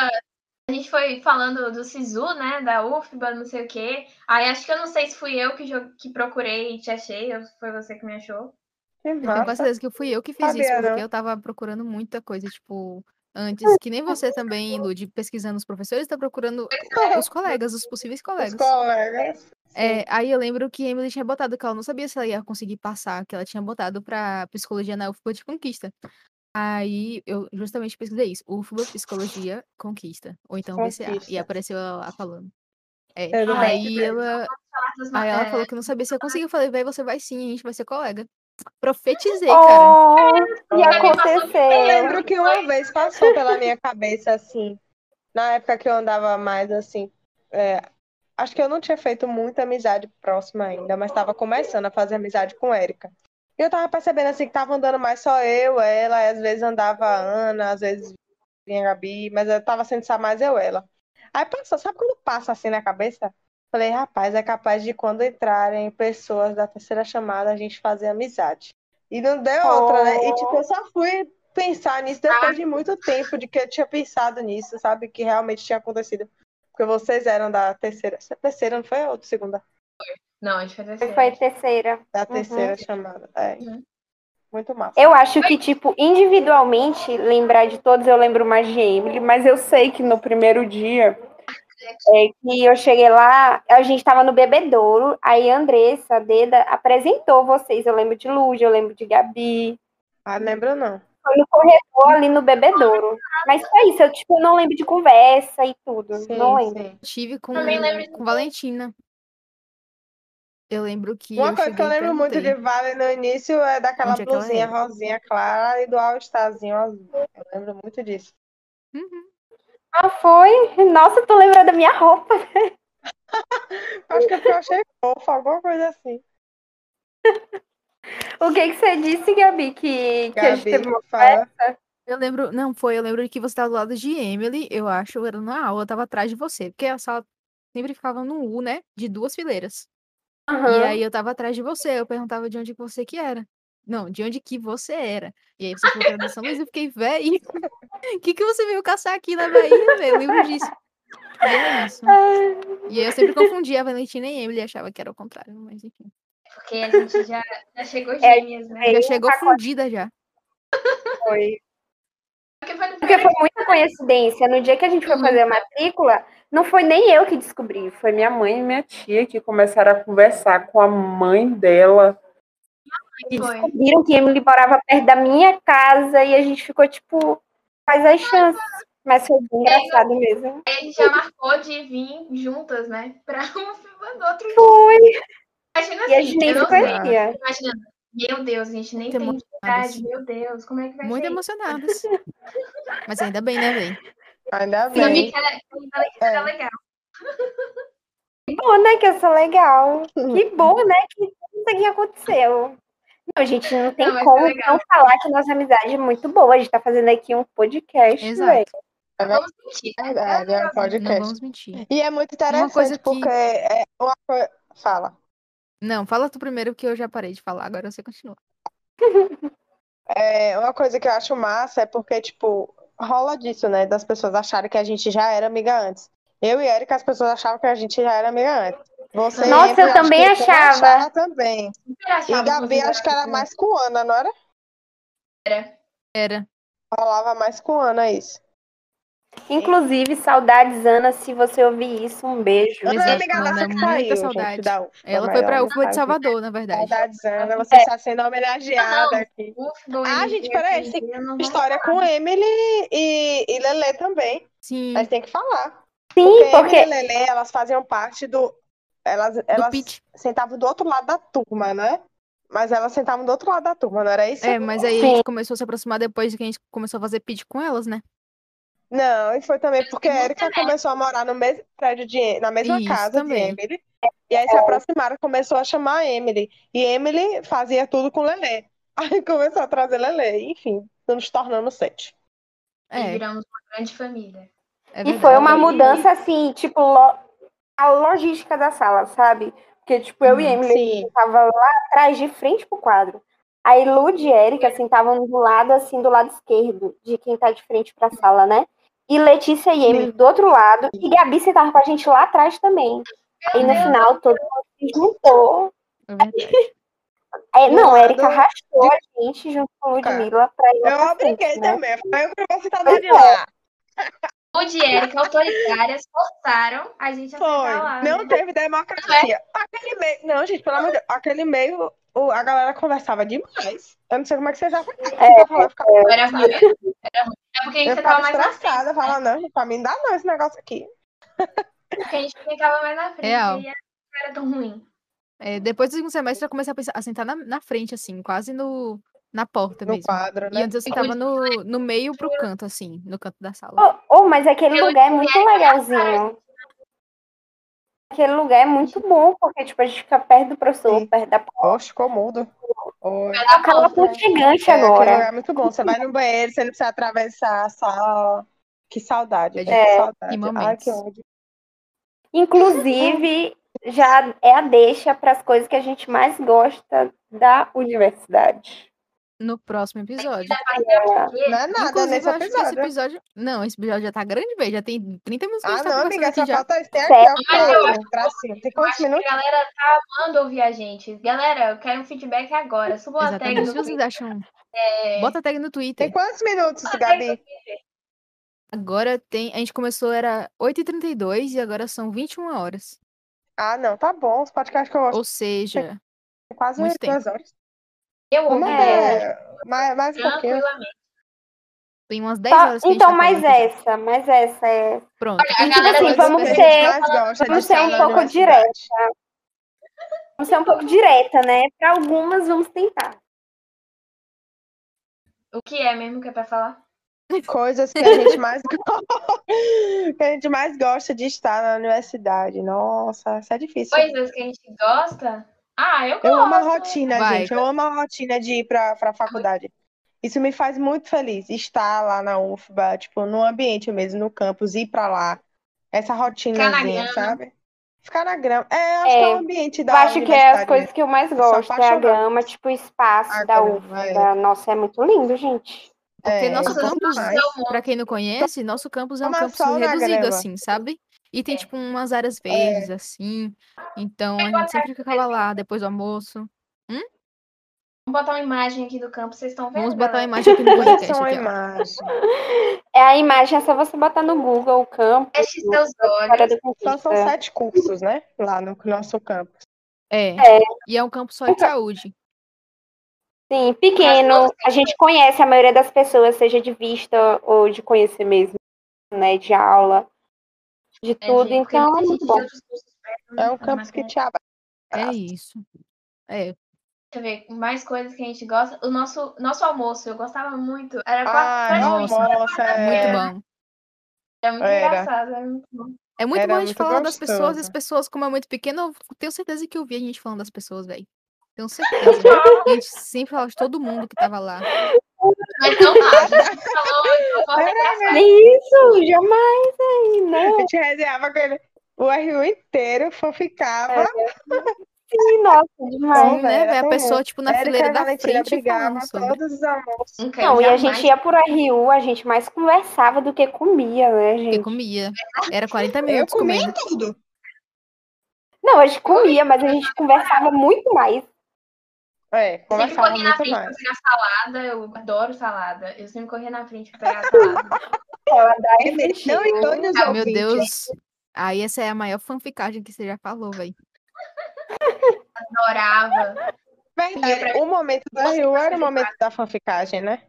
Speaker 4: A gente foi falando do Sisu, né? Da UFBA, não sei o quê. Aí acho que eu não sei se fui eu que, jo- que procurei e te achei, ou se foi você que me achou.
Speaker 3: Que
Speaker 2: Eu tenho quase
Speaker 3: massa.
Speaker 2: certeza que fui eu que fiz isso,
Speaker 3: Sabia, não. Hum, é
Speaker 2: porque eu tava procurando muita coisa, tipo, antes, que nem você também, Lud, pesquisando os professores, tá procurando os colegas, os possíveis
Speaker 3: é, né. Os
Speaker 2: colegas.
Speaker 3: colegas.
Speaker 2: É, aí eu lembro que a Emily tinha botado, que ela não sabia se ela ia conseguir passar, que ela tinha botado pra psicologia na UFBA de conquista. Aí eu justamente pesquisei isso, UFBA, psicologia, conquista, ou então VCA, e
Speaker 3: Conquista.
Speaker 2: apareceu ela lá falando. É,
Speaker 3: É verdade.
Speaker 2: aí ela,
Speaker 4: Falar das
Speaker 2: aí ela
Speaker 4: matérias.
Speaker 2: falou que não sabia se eu conseguia, eu falei, vai, você vai sim, a gente vai ser colega. Profetizei, cara.
Speaker 1: Oh, e
Speaker 3: Eu
Speaker 1: aconteceu.
Speaker 3: lembro que uma vez passou pela minha cabeça assim, na época que eu andava mais assim, é, acho que eu não tinha feito muita amizade próxima ainda, mas estava começando a fazer amizade com Érica. E eu tava percebendo assim que tava andando mais só eu, ela, e às vezes andava a Ana, às vezes vinha a Gabi, mas eu tava sendo só mais eu, ela. Aí passou, sabe quando passa assim na cabeça? Falei, rapaz, é capaz de quando entrarem pessoas da terceira chamada a gente fazer amizade. E não deu outra, né? E tipo, eu só fui pensar nisso depois de muito tempo de que eu tinha pensado nisso, sabe? Que realmente tinha acontecido. Porque vocês eram da terceira. Terceira, não foi a outra segunda?
Speaker 4: Não, a gente foi terceiro.
Speaker 1: Foi terceira.
Speaker 3: Da terceira chamada. É.
Speaker 4: Uhum.
Speaker 3: Muito massa.
Speaker 1: Uhum. Eu acho que, tipo, individualmente, lembrar de todos, eu lembro mais de Emily,
Speaker 5: Mas eu sei que no primeiro dia.
Speaker 1: É que eu cheguei lá, a gente tava no bebedouro, aí a Andressa, a Deda, apresentou vocês. Eu lembro de Luz, eu lembro de Gabi.
Speaker 3: Ah, lembro não.
Speaker 1: Foi no corredor ali no bebedouro. Mas foi isso, eu tipo, não lembro de conversa e tudo.
Speaker 3: Sim,
Speaker 1: não lembro.
Speaker 3: sim.
Speaker 2: tive com,
Speaker 4: Também lembro de
Speaker 2: com Valentina. Eu lembro que.
Speaker 3: Uma
Speaker 2: eu
Speaker 3: coisa que eu
Speaker 2: cheguei e
Speaker 3: lembro muito de
Speaker 2: perguntei.
Speaker 3: Vale no início é daquela
Speaker 2: Onde é que ela
Speaker 3: blusinha
Speaker 2: é?
Speaker 3: rosinha clara e do all-starzinho azul. Eu lembro muito disso.
Speaker 2: Uhum.
Speaker 1: Ah, foi? Nossa, tu lembra da minha roupa.
Speaker 3: Acho que é porque eu achei fofo, alguma coisa assim.
Speaker 1: O que que você disse, Gabi, que, que a gente
Speaker 3: Gabi,
Speaker 1: teve uma
Speaker 3: fala.
Speaker 2: Eu lembro. Não, foi. Eu lembro que você tava do lado de Emily, eu acho, eu era na aula, eu tava atrás de você. Porque a sala sempre ficava no U, né? De duas fileiras. E
Speaker 1: Aham.
Speaker 2: aí eu tava atrás de você, eu perguntava de onde que você que era. Não, de onde que você era. E aí você falou que era de São Luís, eu fiquei, véi. O que, que você veio caçar aqui na Bahia, velho? Eu lembro disso. E é isso. E aí eu sempre confundia a Valentina e a Emily, achava que era o contrário, mas enfim.
Speaker 4: Porque a gente já, já chegou
Speaker 1: É,
Speaker 4: gêmeas, né?
Speaker 1: Veio
Speaker 2: Já
Speaker 1: um
Speaker 2: chegou
Speaker 3: tá
Speaker 2: fundida já.
Speaker 1: Foi.
Speaker 4: Porque foi no
Speaker 1: Porque
Speaker 4: primeiro
Speaker 1: foi muita coincidência. No dia que a gente foi
Speaker 4: Uhum.
Speaker 1: fazer a matrícula, não foi nem eu que descobri, foi
Speaker 5: Foi minha mãe e minha tia que começaram a conversar com a mãe dela.
Speaker 4: que foi.
Speaker 1: descobriram que Emily morava perto da minha casa e a gente ficou tipo, faz as chances. Mas foi bem engraçado mesmo.
Speaker 4: Aí a gente já marcou de vir juntas, né? Pra uma filmando outro dia.
Speaker 1: Foi.
Speaker 4: Imagina
Speaker 1: E a
Speaker 4: assim,
Speaker 1: gente nem
Speaker 4: eu
Speaker 1: se
Speaker 4: não sei.
Speaker 1: conhecia. assim.
Speaker 4: Imagina, meu Deus, a gente nem
Speaker 2: Muito
Speaker 4: tem
Speaker 2: emocionadas.
Speaker 4: idade, meu Deus, como é que vai
Speaker 2: Muito
Speaker 4: ser?
Speaker 2: emocionadas. Mas ainda bem, né, velho?
Speaker 3: Ainda
Speaker 4: Sim,
Speaker 3: bem.
Speaker 4: que era,
Speaker 1: É.
Speaker 4: que era legal.
Speaker 1: Que bom, né? Que eu sou legal. Que
Speaker 4: Uhum.
Speaker 1: bom, né? Que isso aqui aconteceu. Não, a gente não tem
Speaker 4: Não, mas foi
Speaker 1: como
Speaker 4: legal.
Speaker 1: não falar que nossa amizade é muito boa. A gente tá fazendo aqui um podcast,
Speaker 2: Exato.
Speaker 1: velho.
Speaker 4: Vamos sentir.
Speaker 3: É verdade, é um
Speaker 2: Não
Speaker 3: podcast.
Speaker 2: vamos mentir.
Speaker 3: E é muito
Speaker 2: Uma coisa
Speaker 3: interessante
Speaker 2: que-
Speaker 3: porque é uma coisa. Fala.
Speaker 2: Não, fala tu primeiro que eu já parei de falar, agora você continua.
Speaker 3: É, uma coisa que eu acho massa é porque, tipo, rola disso, né? Das pessoas acharem que a gente já era amiga antes. Eu e Erika, as pessoas achavam que a gente já era amiga antes. Você
Speaker 1: Nossa,
Speaker 3: Emily,
Speaker 1: eu
Speaker 3: acho
Speaker 1: também
Speaker 3: que tu
Speaker 1: achava.
Speaker 3: achava também.
Speaker 4: Eu achava
Speaker 3: E
Speaker 4: que
Speaker 3: Gabi,
Speaker 4: vocês
Speaker 3: acho que era
Speaker 4: eram-
Speaker 3: mais com Ana, não era?
Speaker 2: Era.
Speaker 3: Rolava mais com Ana isso.
Speaker 1: Inclusive, saudades, Ana, se você ouvir isso, um beijo.
Speaker 3: Ana é
Speaker 2: Exato,
Speaker 3: amiga
Speaker 2: Ana,
Speaker 3: nossa que
Speaker 2: muita
Speaker 3: saiu,
Speaker 2: saudade.
Speaker 3: gente, da UFBA,
Speaker 2: Ela
Speaker 3: mas
Speaker 2: foi pra
Speaker 3: Tá olha,
Speaker 2: UFBA de
Speaker 3: sabe?
Speaker 2: Salvador, na verdade.
Speaker 3: Saudades, Ana, você está sendo homenageada aqui.
Speaker 4: Uf, bom,
Speaker 3: Ah, gente, peraí,
Speaker 4: eu
Speaker 3: tem
Speaker 4: não vou-
Speaker 3: História com Emily e, e Lelê também.
Speaker 2: Sim,
Speaker 3: Mas tem que falar.
Speaker 1: Sim,
Speaker 3: Porque Emily
Speaker 4: né?
Speaker 1: porque.
Speaker 3: e Lelê, elas faziam parte do. Elas,
Speaker 2: Do
Speaker 3: elas
Speaker 2: pitch.
Speaker 3: sentavam do outro lado da turma, né? Mas elas sentavam do outro lado da turma, não era isso?
Speaker 2: É, mas aí a gente começou a se aproximar depois que a gente começou a fazer pitch com elas, né?
Speaker 3: Não, e foi também porque a
Speaker 4: muito
Speaker 3: Erika começou a morar no mesmo prédio de, na mesma
Speaker 2: Isso,
Speaker 3: casa
Speaker 2: também.
Speaker 3: de Emily. E aí se aproximaram, começou a chamar a Emily. E Emily fazia tudo com Lelê. Aí começou a trazer Lelê. Enfim, nos tornamos sete.
Speaker 4: E
Speaker 2: É,
Speaker 4: viramos uma grande família.
Speaker 2: é
Speaker 1: E foi uma
Speaker 2: verdade.
Speaker 1: mudança assim, tipo, lo- a logística da sala, sabe? Porque, tipo, eu e
Speaker 2: Uhum,
Speaker 1: Emily
Speaker 3: Sim,
Speaker 1: tava lá atrás, de frente pro quadro. Aí Lu e Erika, assim, estavam do lado, assim, do lado esquerdo, de quem tá de frente pra sala, né? E Letícia e Emily
Speaker 2: Uhum.
Speaker 1: do outro lado. E Gabi sentava com a gente lá atrás também. Aí no final todo mundo se juntou.
Speaker 2: É verdade.
Speaker 1: É,
Speaker 3: Do
Speaker 1: não,
Speaker 3: lado
Speaker 1: Erika arrastou a gente junto com a Ludmilla pra ir
Speaker 3: eu
Speaker 1: lá pra frente,
Speaker 3: obriguei
Speaker 1: né?
Speaker 3: também. Foi o que você tá
Speaker 1: Pois
Speaker 3: dando lá.
Speaker 4: O de Erika, autoritárias, forçaram a gente a
Speaker 3: Foi.
Speaker 4: sentar lá. né?
Speaker 3: Não teve democracia. Aquele meio. Não, gente, pelo amor de Deus. Aquele meio, o- a galera conversava demais. Eu não sei como é que vocês já é,
Speaker 4: Era ruim. Era ruim. É porque a
Speaker 3: Eu ficava
Speaker 4: gente ficava mais na
Speaker 3: estressada, falando, não, pra mim dá não esse negócio aqui.
Speaker 4: Porque a gente ficava mais na frente
Speaker 2: Real.
Speaker 4: e não era tão ruim.
Speaker 2: É, depois do segundo semestre eu comecei a, pensar, a sentar na, na frente, assim, quase no, na porta
Speaker 3: No
Speaker 2: É mesmo.
Speaker 3: quadro,
Speaker 2: E
Speaker 3: né?
Speaker 2: antes eu sentava no, no meio pro canto, assim, no canto da sala.
Speaker 1: Oh, oh, mas aquele
Speaker 4: Eu
Speaker 1: lugar é muito legalzinho. Aquele lugar é muito bom, porque tipo, a gente fica perto do professor,
Speaker 3: Sim.
Speaker 1: perto da porta.
Speaker 3: Oxe, ficou mudo. Oi.
Speaker 4: Mas a
Speaker 1: Acaba com
Speaker 4: porta,
Speaker 1: gigante
Speaker 3: É, aquele
Speaker 1: agora.
Speaker 3: lugar é muito bom. Você vai no banheiro, você não precisa atravessar a sala. Que saudade,
Speaker 2: É
Speaker 3: gente,
Speaker 1: de-
Speaker 3: que
Speaker 2: Que
Speaker 3: saudade. Ai,
Speaker 2: momentos.
Speaker 3: que ódio.
Speaker 1: Inclusive, já é a deixa para as coisas que a gente mais gosta da universidade.
Speaker 2: No próximo episódio.
Speaker 1: Ela-
Speaker 3: Não é nada
Speaker 2: Inclusive,
Speaker 3: nesse
Speaker 2: eu acho que esse
Speaker 3: episódio.
Speaker 2: episódio. Não, esse episódio já tá grande, velho. Já tem 30 minutos que a
Speaker 3: Ah,
Speaker 2: gente
Speaker 3: não,
Speaker 2: tá
Speaker 3: amiga,
Speaker 2: conversando
Speaker 3: só
Speaker 2: aqui já.
Speaker 3: falta esse
Speaker 1: Certo.
Speaker 3: aqui, ó,
Speaker 4: Mas eu acho
Speaker 3: o tracinho. Tem
Speaker 4: Eu
Speaker 3: quantos
Speaker 4: acho que a
Speaker 3: minutos?
Speaker 4: galera tá amando ouvir a gente. Galera, eu quero um feedback agora. Subo a tag
Speaker 2: Exatamente.
Speaker 4: no
Speaker 2: Se vocês
Speaker 4: Twitter.
Speaker 2: acham. Bota a tag no Twitter.
Speaker 3: É. Tem quantos minutos,
Speaker 4: Bota a tag no
Speaker 3: Gabi?
Speaker 4: Twitter.
Speaker 2: Agora tem. A gente começou, era 8h32 e agora são 21 horas.
Speaker 3: Ah, não, tá bom. Os podcasts que eu ouço
Speaker 2: Ou seja,
Speaker 3: tem quase
Speaker 2: muito
Speaker 3: duas horas.
Speaker 4: Eu
Speaker 3: Vamos
Speaker 4: ouvi
Speaker 3: ver. Mais, mais um
Speaker 1: assim,
Speaker 3: pouquinho.
Speaker 4: tranquilamente.
Speaker 2: tem umas 10
Speaker 1: Tá,
Speaker 2: horas que a gente
Speaker 1: então,
Speaker 2: tá
Speaker 1: mais
Speaker 2: falando aqui já.
Speaker 1: essa, mais essa é.
Speaker 2: Pronto. Então,
Speaker 4: A
Speaker 1: E, tipo
Speaker 4: galera
Speaker 1: assim,
Speaker 4: do
Speaker 1: vamos
Speaker 4: Twitter
Speaker 1: ser,
Speaker 3: mais gosta de
Speaker 1: vamos ser um
Speaker 3: estar na
Speaker 1: pouco
Speaker 3: universidade.
Speaker 1: vamos ser um pouco direta, né? Para algumas, vamos tentar.
Speaker 4: O que é mesmo que é pra falar?
Speaker 3: Coisas que a gente mais gosta. que a gente mais gosta de estar na universidade. Nossa, isso é difícil.
Speaker 4: Coisas que a gente gosta? Ah, eu gosto.
Speaker 3: Eu amo a rotina,
Speaker 2: Vai.
Speaker 3: gente. Eu amo a rotina de ir pra, pra faculdade. Isso me faz muito feliz. Estar lá na UFBA, tipo, no ambiente mesmo, no campus, ir pra lá. Essa rotinazinha,
Speaker 4: grama.
Speaker 3: sabe? Ficar na grama. É, acho
Speaker 1: É,
Speaker 3: que é o ambiente da
Speaker 1: eu acho que é as
Speaker 3: universidade
Speaker 1: coisas que eu mais
Speaker 3: Eu sou
Speaker 1: gosto, é a
Speaker 3: apaixonada.
Speaker 1: grama, tipo, o espaço
Speaker 2: Ah,
Speaker 3: A
Speaker 2: tá,
Speaker 1: da
Speaker 3: grama,
Speaker 1: UFBA. Nossa, é muito lindo, gente.
Speaker 2: Porque
Speaker 3: É,
Speaker 2: nosso
Speaker 3: eu gosto
Speaker 2: campus,
Speaker 3: demais.
Speaker 2: pra quem não conhece, nosso campus é um
Speaker 3: Toma
Speaker 2: campus
Speaker 3: sol na É.
Speaker 2: reduzido,
Speaker 3: grama.
Speaker 2: assim, sabe? E tem, tipo, umas áreas verdes, assim. Então, a gente sempre ficava lá depois do almoço.
Speaker 4: Vamos botar uma imagem aqui do campo,
Speaker 3: É
Speaker 4: vocês estão vendo?
Speaker 2: Vamos botar uma imagem
Speaker 4: galera?
Speaker 2: aqui no podcast.
Speaker 3: São
Speaker 2: aqui, ó.
Speaker 3: imagens.
Speaker 1: É a imagem, é só você botar no Google o campo.
Speaker 4: Feche seus
Speaker 1: Fora
Speaker 4: olhos.
Speaker 1: do
Speaker 3: Só são
Speaker 1: conquista.
Speaker 3: sete cursos, né? Lá no nosso campus.
Speaker 2: É. E é um campus só de
Speaker 1: Então-
Speaker 2: saúde.
Speaker 1: Sim,
Speaker 4: Mas
Speaker 1: pequeno.
Speaker 4: você-
Speaker 1: A gente conhece a maioria das pessoas, seja de vista ou de conhecer mesmo, né? De aula, de
Speaker 4: É,
Speaker 1: tudo.
Speaker 4: gente, porque
Speaker 1: então é
Speaker 4: muita
Speaker 1: muito
Speaker 4: gente
Speaker 1: bom.
Speaker 4: de outros cursos perto,
Speaker 3: É um
Speaker 4: né,
Speaker 3: campus que
Speaker 4: mas
Speaker 3: te abre.
Speaker 2: É
Speaker 3: Ah.
Speaker 2: isso. É.
Speaker 4: Deixa eu ver, mais coisas que a gente gosta. O nosso, nosso almoço, eu gostava muito. Era
Speaker 3: Ai,
Speaker 4: quase
Speaker 2: nossa,
Speaker 3: nossa, é.
Speaker 2: Muito bom.
Speaker 4: Era muito
Speaker 3: Era.
Speaker 4: engraçado. Era muito bom.
Speaker 2: É muito
Speaker 3: Era
Speaker 2: bom a gente
Speaker 3: muito
Speaker 2: falar das pessoas. As
Speaker 3: gostoso.
Speaker 2: pessoas, como é muito pequeno, eu tenho certeza que eu vi a gente falando das pessoas, velho. Tenho certeza. E a gente sempre falava de todo mundo que tava lá.
Speaker 4: Mas não, a gente falou de uma forma engraçada.
Speaker 1: É isso, jamais aí,
Speaker 3: A
Speaker 1: não.
Speaker 3: gente resenhava com ele. O RU inteiro fofificava.
Speaker 1: Sim, nossa, demais.
Speaker 2: Sim, É, né,
Speaker 3: era
Speaker 2: velho? A
Speaker 3: tão
Speaker 2: pessoa, tipo, na
Speaker 3: Érica
Speaker 2: fileira
Speaker 3: e
Speaker 2: da
Speaker 3: Valentina
Speaker 2: frente
Speaker 3: brigavam
Speaker 2: falando sobre.
Speaker 3: todos os almoços.
Speaker 4: Nunca,
Speaker 1: Não, e a
Speaker 4: É, jamais.
Speaker 1: gente ia pro RU, a gente mais conversava do que comia, né,
Speaker 2: Porque
Speaker 1: gente?
Speaker 2: comia. Era 40
Speaker 3: Eu
Speaker 2: minutos
Speaker 3: comia
Speaker 2: comendo.
Speaker 3: tudo.
Speaker 1: Não, a gente comia, mas a gente conversava muito mais.
Speaker 3: É,
Speaker 4: Eu sempre
Speaker 3: conversava
Speaker 4: corria na
Speaker 3: muito
Speaker 4: frente pra
Speaker 3: mais.
Speaker 4: pegar salada, eu adoro salada. Eu sempre corria na frente pra pegar salada.
Speaker 1: Ela dá
Speaker 3: Não engane os
Speaker 2: Ah, meu
Speaker 3: ouvintes.
Speaker 2: Deus. Aí essa é a maior fanficagem que você já falou, velho.
Speaker 4: Adorava.
Speaker 3: Verdade, o momento do RU era o momento da fanficagem, né?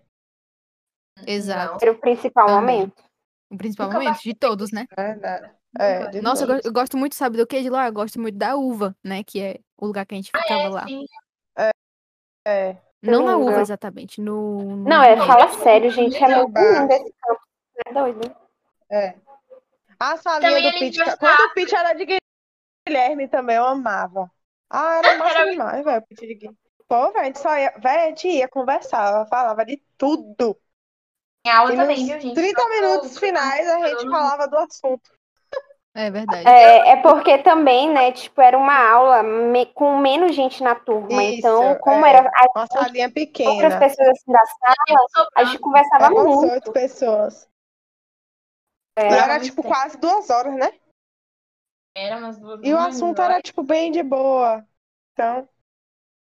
Speaker 2: Exato.
Speaker 1: Era o principal
Speaker 2: Também.
Speaker 1: momento.
Speaker 2: O principal
Speaker 4: Nunca
Speaker 2: momento de todos, né?
Speaker 3: Verdade. É, de
Speaker 2: Nossa, eu,
Speaker 3: fato.
Speaker 2: go- eu gosto muito, sabe do que de lá? Eu gosto muito da uva, né? Que é o lugar que a gente
Speaker 3: Ah,
Speaker 2: ficava lá.
Speaker 4: Sim,
Speaker 3: É.
Speaker 2: Não na uva
Speaker 1: Lindo.
Speaker 2: exatamente, no. no-
Speaker 1: Não, é, fala sério, gente. É muito
Speaker 3: Legal.
Speaker 1: lindo esse campo. É doido.
Speaker 3: A salinha
Speaker 4: Também
Speaker 3: É. do
Speaker 4: ele
Speaker 3: Pete.
Speaker 4: gostava.
Speaker 3: Quando o Pete era de Guilherme também, eu amava. Ah, era massa
Speaker 4: Era-
Speaker 3: demais, velho, o Pete de Guilherme. Pô, velho, a gente só ia, véi, a gente ia conversava, falava de tudo.
Speaker 4: Em aula
Speaker 3: E
Speaker 4: também,
Speaker 3: nos
Speaker 4: viu, gente?
Speaker 3: 30
Speaker 4: Só pra-
Speaker 3: minutos finais a gente
Speaker 4: não-
Speaker 3: falava do assunto.
Speaker 2: É verdade.
Speaker 1: É, é porque também, né, tipo, era uma aula me- com menos gente na turma.
Speaker 3: Isso,
Speaker 1: então, como
Speaker 3: é.
Speaker 1: era as
Speaker 3: Uma salinha
Speaker 1: outras
Speaker 3: pequena.
Speaker 1: pessoas assim da sala, a
Speaker 3: Ah,
Speaker 1: gente conversava
Speaker 3: Eram umas
Speaker 1: muito.
Speaker 3: oito pessoas.
Speaker 1: É.
Speaker 3: E era
Speaker 4: muito
Speaker 3: tipo
Speaker 4: tempo.
Speaker 3: quase duas horas, né?
Speaker 4: Era umas duas
Speaker 1: Uhum.
Speaker 3: E o
Speaker 4: duas
Speaker 3: assunto
Speaker 4: horas.
Speaker 3: era tipo bem de boa. Então,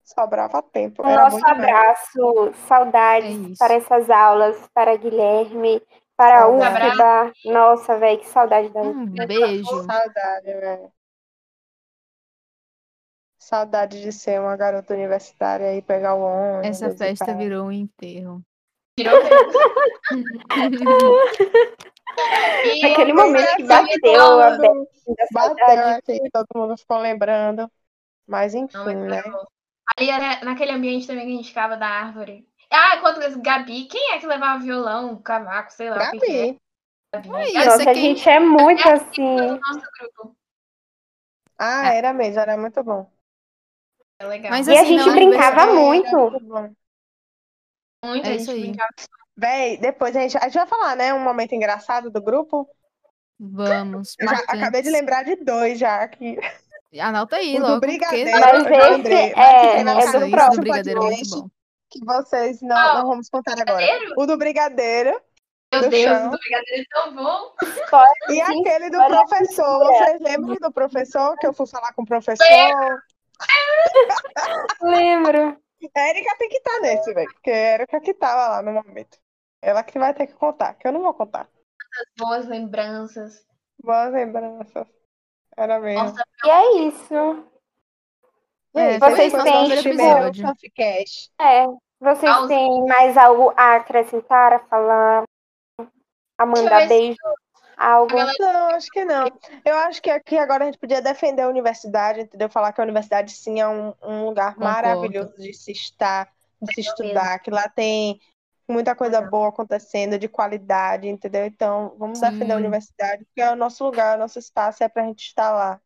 Speaker 3: sobrava tempo.
Speaker 1: Um
Speaker 3: Era
Speaker 1: nosso
Speaker 3: bom demais.
Speaker 1: abraço,
Speaker 2: É
Speaker 1: saudades
Speaker 2: isso.
Speaker 1: para essas aulas, para Guilherme, para a
Speaker 3: Um
Speaker 1: UFBA. Nossa, velho, que saudade da UFBA.
Speaker 2: Um beijo.
Speaker 3: Saudade, é. velho. Saudade de ser uma garota universitária e pegar o ônibus.
Speaker 2: Essa
Speaker 3: e
Speaker 2: festa
Speaker 3: pá.
Speaker 2: virou um enterro.
Speaker 4: Tirou E
Speaker 1: Aquele
Speaker 4: eu
Speaker 1: um momento que
Speaker 4: sabia
Speaker 1: bateu a
Speaker 4: todo-
Speaker 1: besta da
Speaker 3: Bateu
Speaker 1: saudade.
Speaker 3: aqui, todo mundo ficou lembrando. Mas enfim,
Speaker 4: Não, mas
Speaker 3: né?
Speaker 4: era bom. Ali era naquele ambiente também que a gente ficava da árvore. Ah, quando Gabi, quem é que levava violão, cavaco, sei lá.
Speaker 2: né?
Speaker 4: o que que é?
Speaker 3: Gabi.
Speaker 2: Aí,
Speaker 4: Gabi.
Speaker 2: essa
Speaker 1: Nossa, a
Speaker 2: quem-
Speaker 1: gente é muito
Speaker 4: Essa
Speaker 1: assim.
Speaker 4: do nosso grupo.
Speaker 3: Ah, era mesmo, era muito bom.
Speaker 4: É legal.
Speaker 2: Mas
Speaker 1: E a
Speaker 2: assim,
Speaker 1: gente
Speaker 2: não,
Speaker 1: brincava
Speaker 2: aniversário-
Speaker 1: muito.
Speaker 3: bom.
Speaker 4: muito,
Speaker 2: É
Speaker 4: a
Speaker 2: isso
Speaker 4: gente
Speaker 2: aí.
Speaker 4: brincava.
Speaker 3: Véi, depois a gente, a gente vai falar, né? Um momento engraçado do grupo.
Speaker 2: Vamos.
Speaker 3: Eu já acabei de
Speaker 2: marcantes.
Speaker 3: lembrar de dois já aqui.
Speaker 2: Anota aí
Speaker 3: O do
Speaker 2: logo. porque-
Speaker 3: brigadeiro.
Speaker 1: Mas
Speaker 3: Eu já
Speaker 1: esse é,
Speaker 3: lembrei, mas que tem na
Speaker 2: Nossa,
Speaker 3: casa do
Speaker 1: é do
Speaker 2: isso do
Speaker 3: próximo
Speaker 2: brigadeiro é muito
Speaker 3: podcast.
Speaker 2: bom.
Speaker 3: que vocês não,
Speaker 4: Ah,
Speaker 3: não vamos contar agora.
Speaker 4: brigadeiro?
Speaker 3: O do brigadeiro
Speaker 4: Meu
Speaker 3: Do
Speaker 4: Deus,
Speaker 3: chão.
Speaker 4: o do brigadeiro é tão bom.
Speaker 3: e
Speaker 1: Sim,
Speaker 3: aquele do
Speaker 1: agora é
Speaker 3: professor. Vocês lembram do professor que eu fui falar com o professor?
Speaker 1: Lembro.
Speaker 3: Érica tem que estar nesse, velho. Porque a Érica que tava lá no momento. Ela que vai ter que contar, que eu não vou contar.
Speaker 4: Boas lembranças.
Speaker 3: Boas lembranças. Era mesmo.
Speaker 4: Nossa,
Speaker 1: E é isso.
Speaker 2: É,
Speaker 1: vocês
Speaker 3: foi
Speaker 1: têm,
Speaker 3: o nosso
Speaker 1: tipo,
Speaker 3: primeiro
Speaker 2: episódio.
Speaker 3: Fanficast.
Speaker 1: É. Vocês
Speaker 4: Aos-
Speaker 1: têm mais algo a acrescentar, a falar, a mandar
Speaker 4: ver se-
Speaker 1: beijo? Algo.
Speaker 4: Agora-
Speaker 3: Não, acho que não. Eu acho que aqui agora a gente podia defender a universidade, entendeu? Falar que a universidade sim é um, um lugar
Speaker 2: Concordo.
Speaker 3: maravilhoso de se estar, de se estudar, que lá tem muita coisa boa acontecendo, de qualidade, entendeu? Então, vamos defender a
Speaker 2: Sim.
Speaker 3: universidade, porque é o nosso lugar, é o nosso espaço, é pra gente estar lá.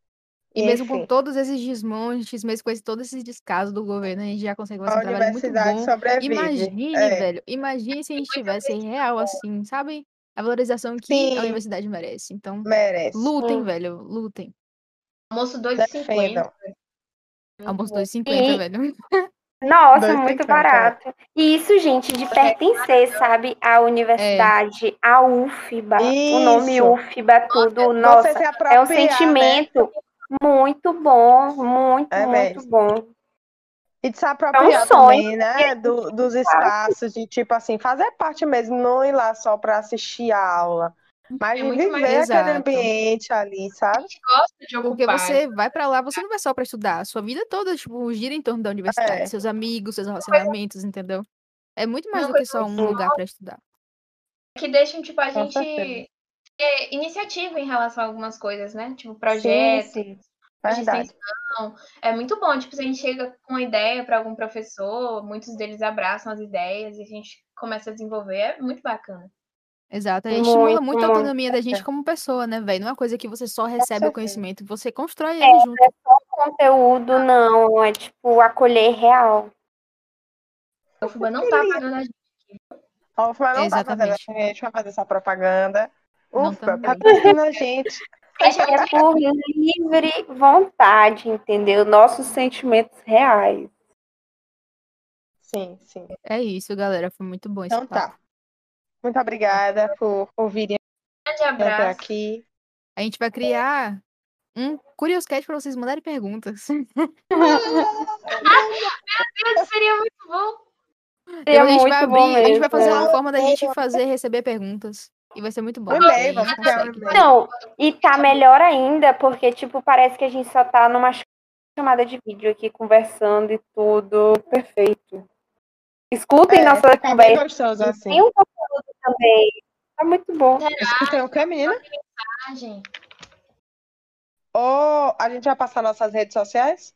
Speaker 2: E mesmo com
Speaker 3: Enfim,
Speaker 2: todos esses desmontes, mesmo com esse, todo esse descaso do governo, a gente já consegue
Speaker 3: a
Speaker 2: fazer um trabalho muito
Speaker 3: universidade
Speaker 2: bom.
Speaker 3: sobrevive.
Speaker 2: Imagine,
Speaker 3: né? É.
Speaker 2: velho, imagine se a gente tivesse real, assim, sabe? A valorização que
Speaker 3: Sim.
Speaker 2: a universidade merece. Então,
Speaker 3: Merece.
Speaker 2: lutem,
Speaker 1: Sim.
Speaker 2: velho, lutem.
Speaker 4: almoço
Speaker 3: Tá
Speaker 4: 2,50.
Speaker 3: Defendam. Uhum.
Speaker 2: Almoço 2,50,
Speaker 1: E-
Speaker 2: velho.
Speaker 1: Nossa,
Speaker 3: Dois
Speaker 1: muito
Speaker 3: trinta,
Speaker 1: barato. E isso, gente, de pertencer, sabe, à universidade, à UFBA, o nome
Speaker 3: Isso.
Speaker 1: UFBA, tudo.
Speaker 3: Você se
Speaker 1: Nossa, é
Speaker 3: apropriar,
Speaker 1: um
Speaker 3: né?
Speaker 1: sentimento muito bom, muito,
Speaker 3: É
Speaker 1: muito
Speaker 3: mesmo.
Speaker 1: bom.
Speaker 3: E de se apropriar
Speaker 1: sonho
Speaker 3: também, né? do- dos espaços, de tipo assim, fazer parte mesmo, não ir lá só para assistir a aula. Mas
Speaker 4: É
Speaker 3: de
Speaker 4: muito mais-
Speaker 3: viver aquele
Speaker 2: Exato.
Speaker 3: ambiente ali,
Speaker 4: A
Speaker 3: sabe?
Speaker 4: gente gosta de
Speaker 2: Porque
Speaker 4: ocupar.
Speaker 2: você vai pra lá, você não vai só pra estudar. A sua vida toda, tipo, gira em torno da universidade,
Speaker 3: É.
Speaker 2: seus amigos, seus relacionamentos, entendeu? É muito mais
Speaker 4: Uma
Speaker 2: do que
Speaker 4: coisa
Speaker 2: só um lugar pra estudar.
Speaker 4: que deixam, tipo, a
Speaker 3: Com
Speaker 4: gente
Speaker 3: certeza.
Speaker 4: ter iniciativa em relação a algumas coisas, né? Tipo, projetos.
Speaker 3: Sim, sim. Verdade.
Speaker 4: É muito bom, tipo, se a gente chega com uma ideia para algum professor, muitos deles abraçam as ideias e a gente começa a desenvolver, é muito bacana.
Speaker 2: Exato, a gente estimula
Speaker 1: Muito,
Speaker 2: muito a
Speaker 1: muito.
Speaker 2: autonomia da gente como pessoa, né, velho? Não é uma coisa que você só recebe o
Speaker 3: certeza. É.
Speaker 2: conhecimento, você constrói ele junto.
Speaker 1: Conteúdo não, é tipo acolher real.
Speaker 4: O Fuba não tá pagando a gente.
Speaker 3: Ó, mas não tá fazendo
Speaker 2: Exatamente.
Speaker 3: essa, gente vai fazer essa propaganda.
Speaker 2: Não
Speaker 3: Ufa,
Speaker 2: também.
Speaker 3: patrocina a gente.
Speaker 1: É por livre vontade, entendeu? Nossos sentimentos reais.
Speaker 3: Sim, sim.
Speaker 2: É isso, galera. Foi muito bom esse
Speaker 3: Então
Speaker 2: papo.
Speaker 3: tá. Muito obrigada por ouvirem
Speaker 4: Grande
Speaker 3: até
Speaker 4: abraço.
Speaker 3: aqui.
Speaker 2: A gente vai criar um Curioscat pra vocês mandarem perguntas.
Speaker 4: Deus, seria muito bom.
Speaker 1: Seria
Speaker 2: Então, a gente
Speaker 1: é muito
Speaker 2: vai
Speaker 1: bom
Speaker 2: abrir, um a gente vai
Speaker 1: mesmo,
Speaker 2: fazer
Speaker 1: né?
Speaker 2: uma forma da gente fazer receber perguntas. E vai ser muito bom.
Speaker 3: Um
Speaker 2: porque aí
Speaker 3: e-mail,
Speaker 2: a gente
Speaker 3: vamos criar um
Speaker 2: consegue.
Speaker 3: e-mail.
Speaker 1: Não, e tá melhor ainda, porque, tipo, parece que a gente só tá numa ch- chamada de vídeo aqui, conversando e tudo. Perfeito. Escutem
Speaker 3: É,
Speaker 1: nossa
Speaker 3: Fica bem
Speaker 1: conversa.
Speaker 3: gostoso assim.
Speaker 1: Tem um conteúdo também. Tá muito bom.
Speaker 3: Então, o que, menina?
Speaker 4: Ah, gente.
Speaker 3: Ou a gente vai passar nossas redes sociais?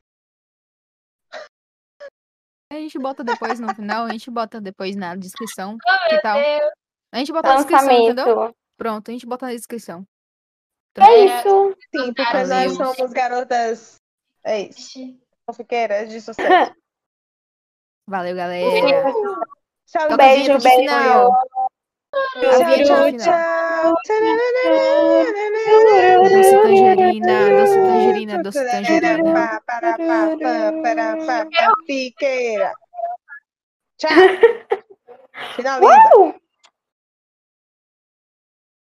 Speaker 2: A gente bota depois no final, a gente bota depois na descrição. que tal?
Speaker 4: Deus.
Speaker 2: A gente bota na descrição, entendeu?
Speaker 1: Lançamento.
Speaker 2: Pronto, a gente bota na descrição. Então,
Speaker 1: É
Speaker 4: É,
Speaker 1: isso.
Speaker 3: Sim, porque
Speaker 2: Ah,
Speaker 3: nós
Speaker 2: sim.
Speaker 3: somos garotas. É isso. Fofiqueiras de sucesso.
Speaker 1: Um
Speaker 2: Valeu, galera.
Speaker 3: Tchau,
Speaker 2: Toca
Speaker 1: Beijo,
Speaker 2: o
Speaker 1: Um beijo.
Speaker 2: final. é.
Speaker 3: Tchau,
Speaker 2: Beijo,
Speaker 3: tchau,
Speaker 2: final.
Speaker 3: tchau.
Speaker 2: Doce tangerina, doce tangerina, doce tangerina.
Speaker 3: Pá, pará, pá, pá, pará, pá, pá, Fiqueira. Tchau. Finaliza.
Speaker 1: Uau!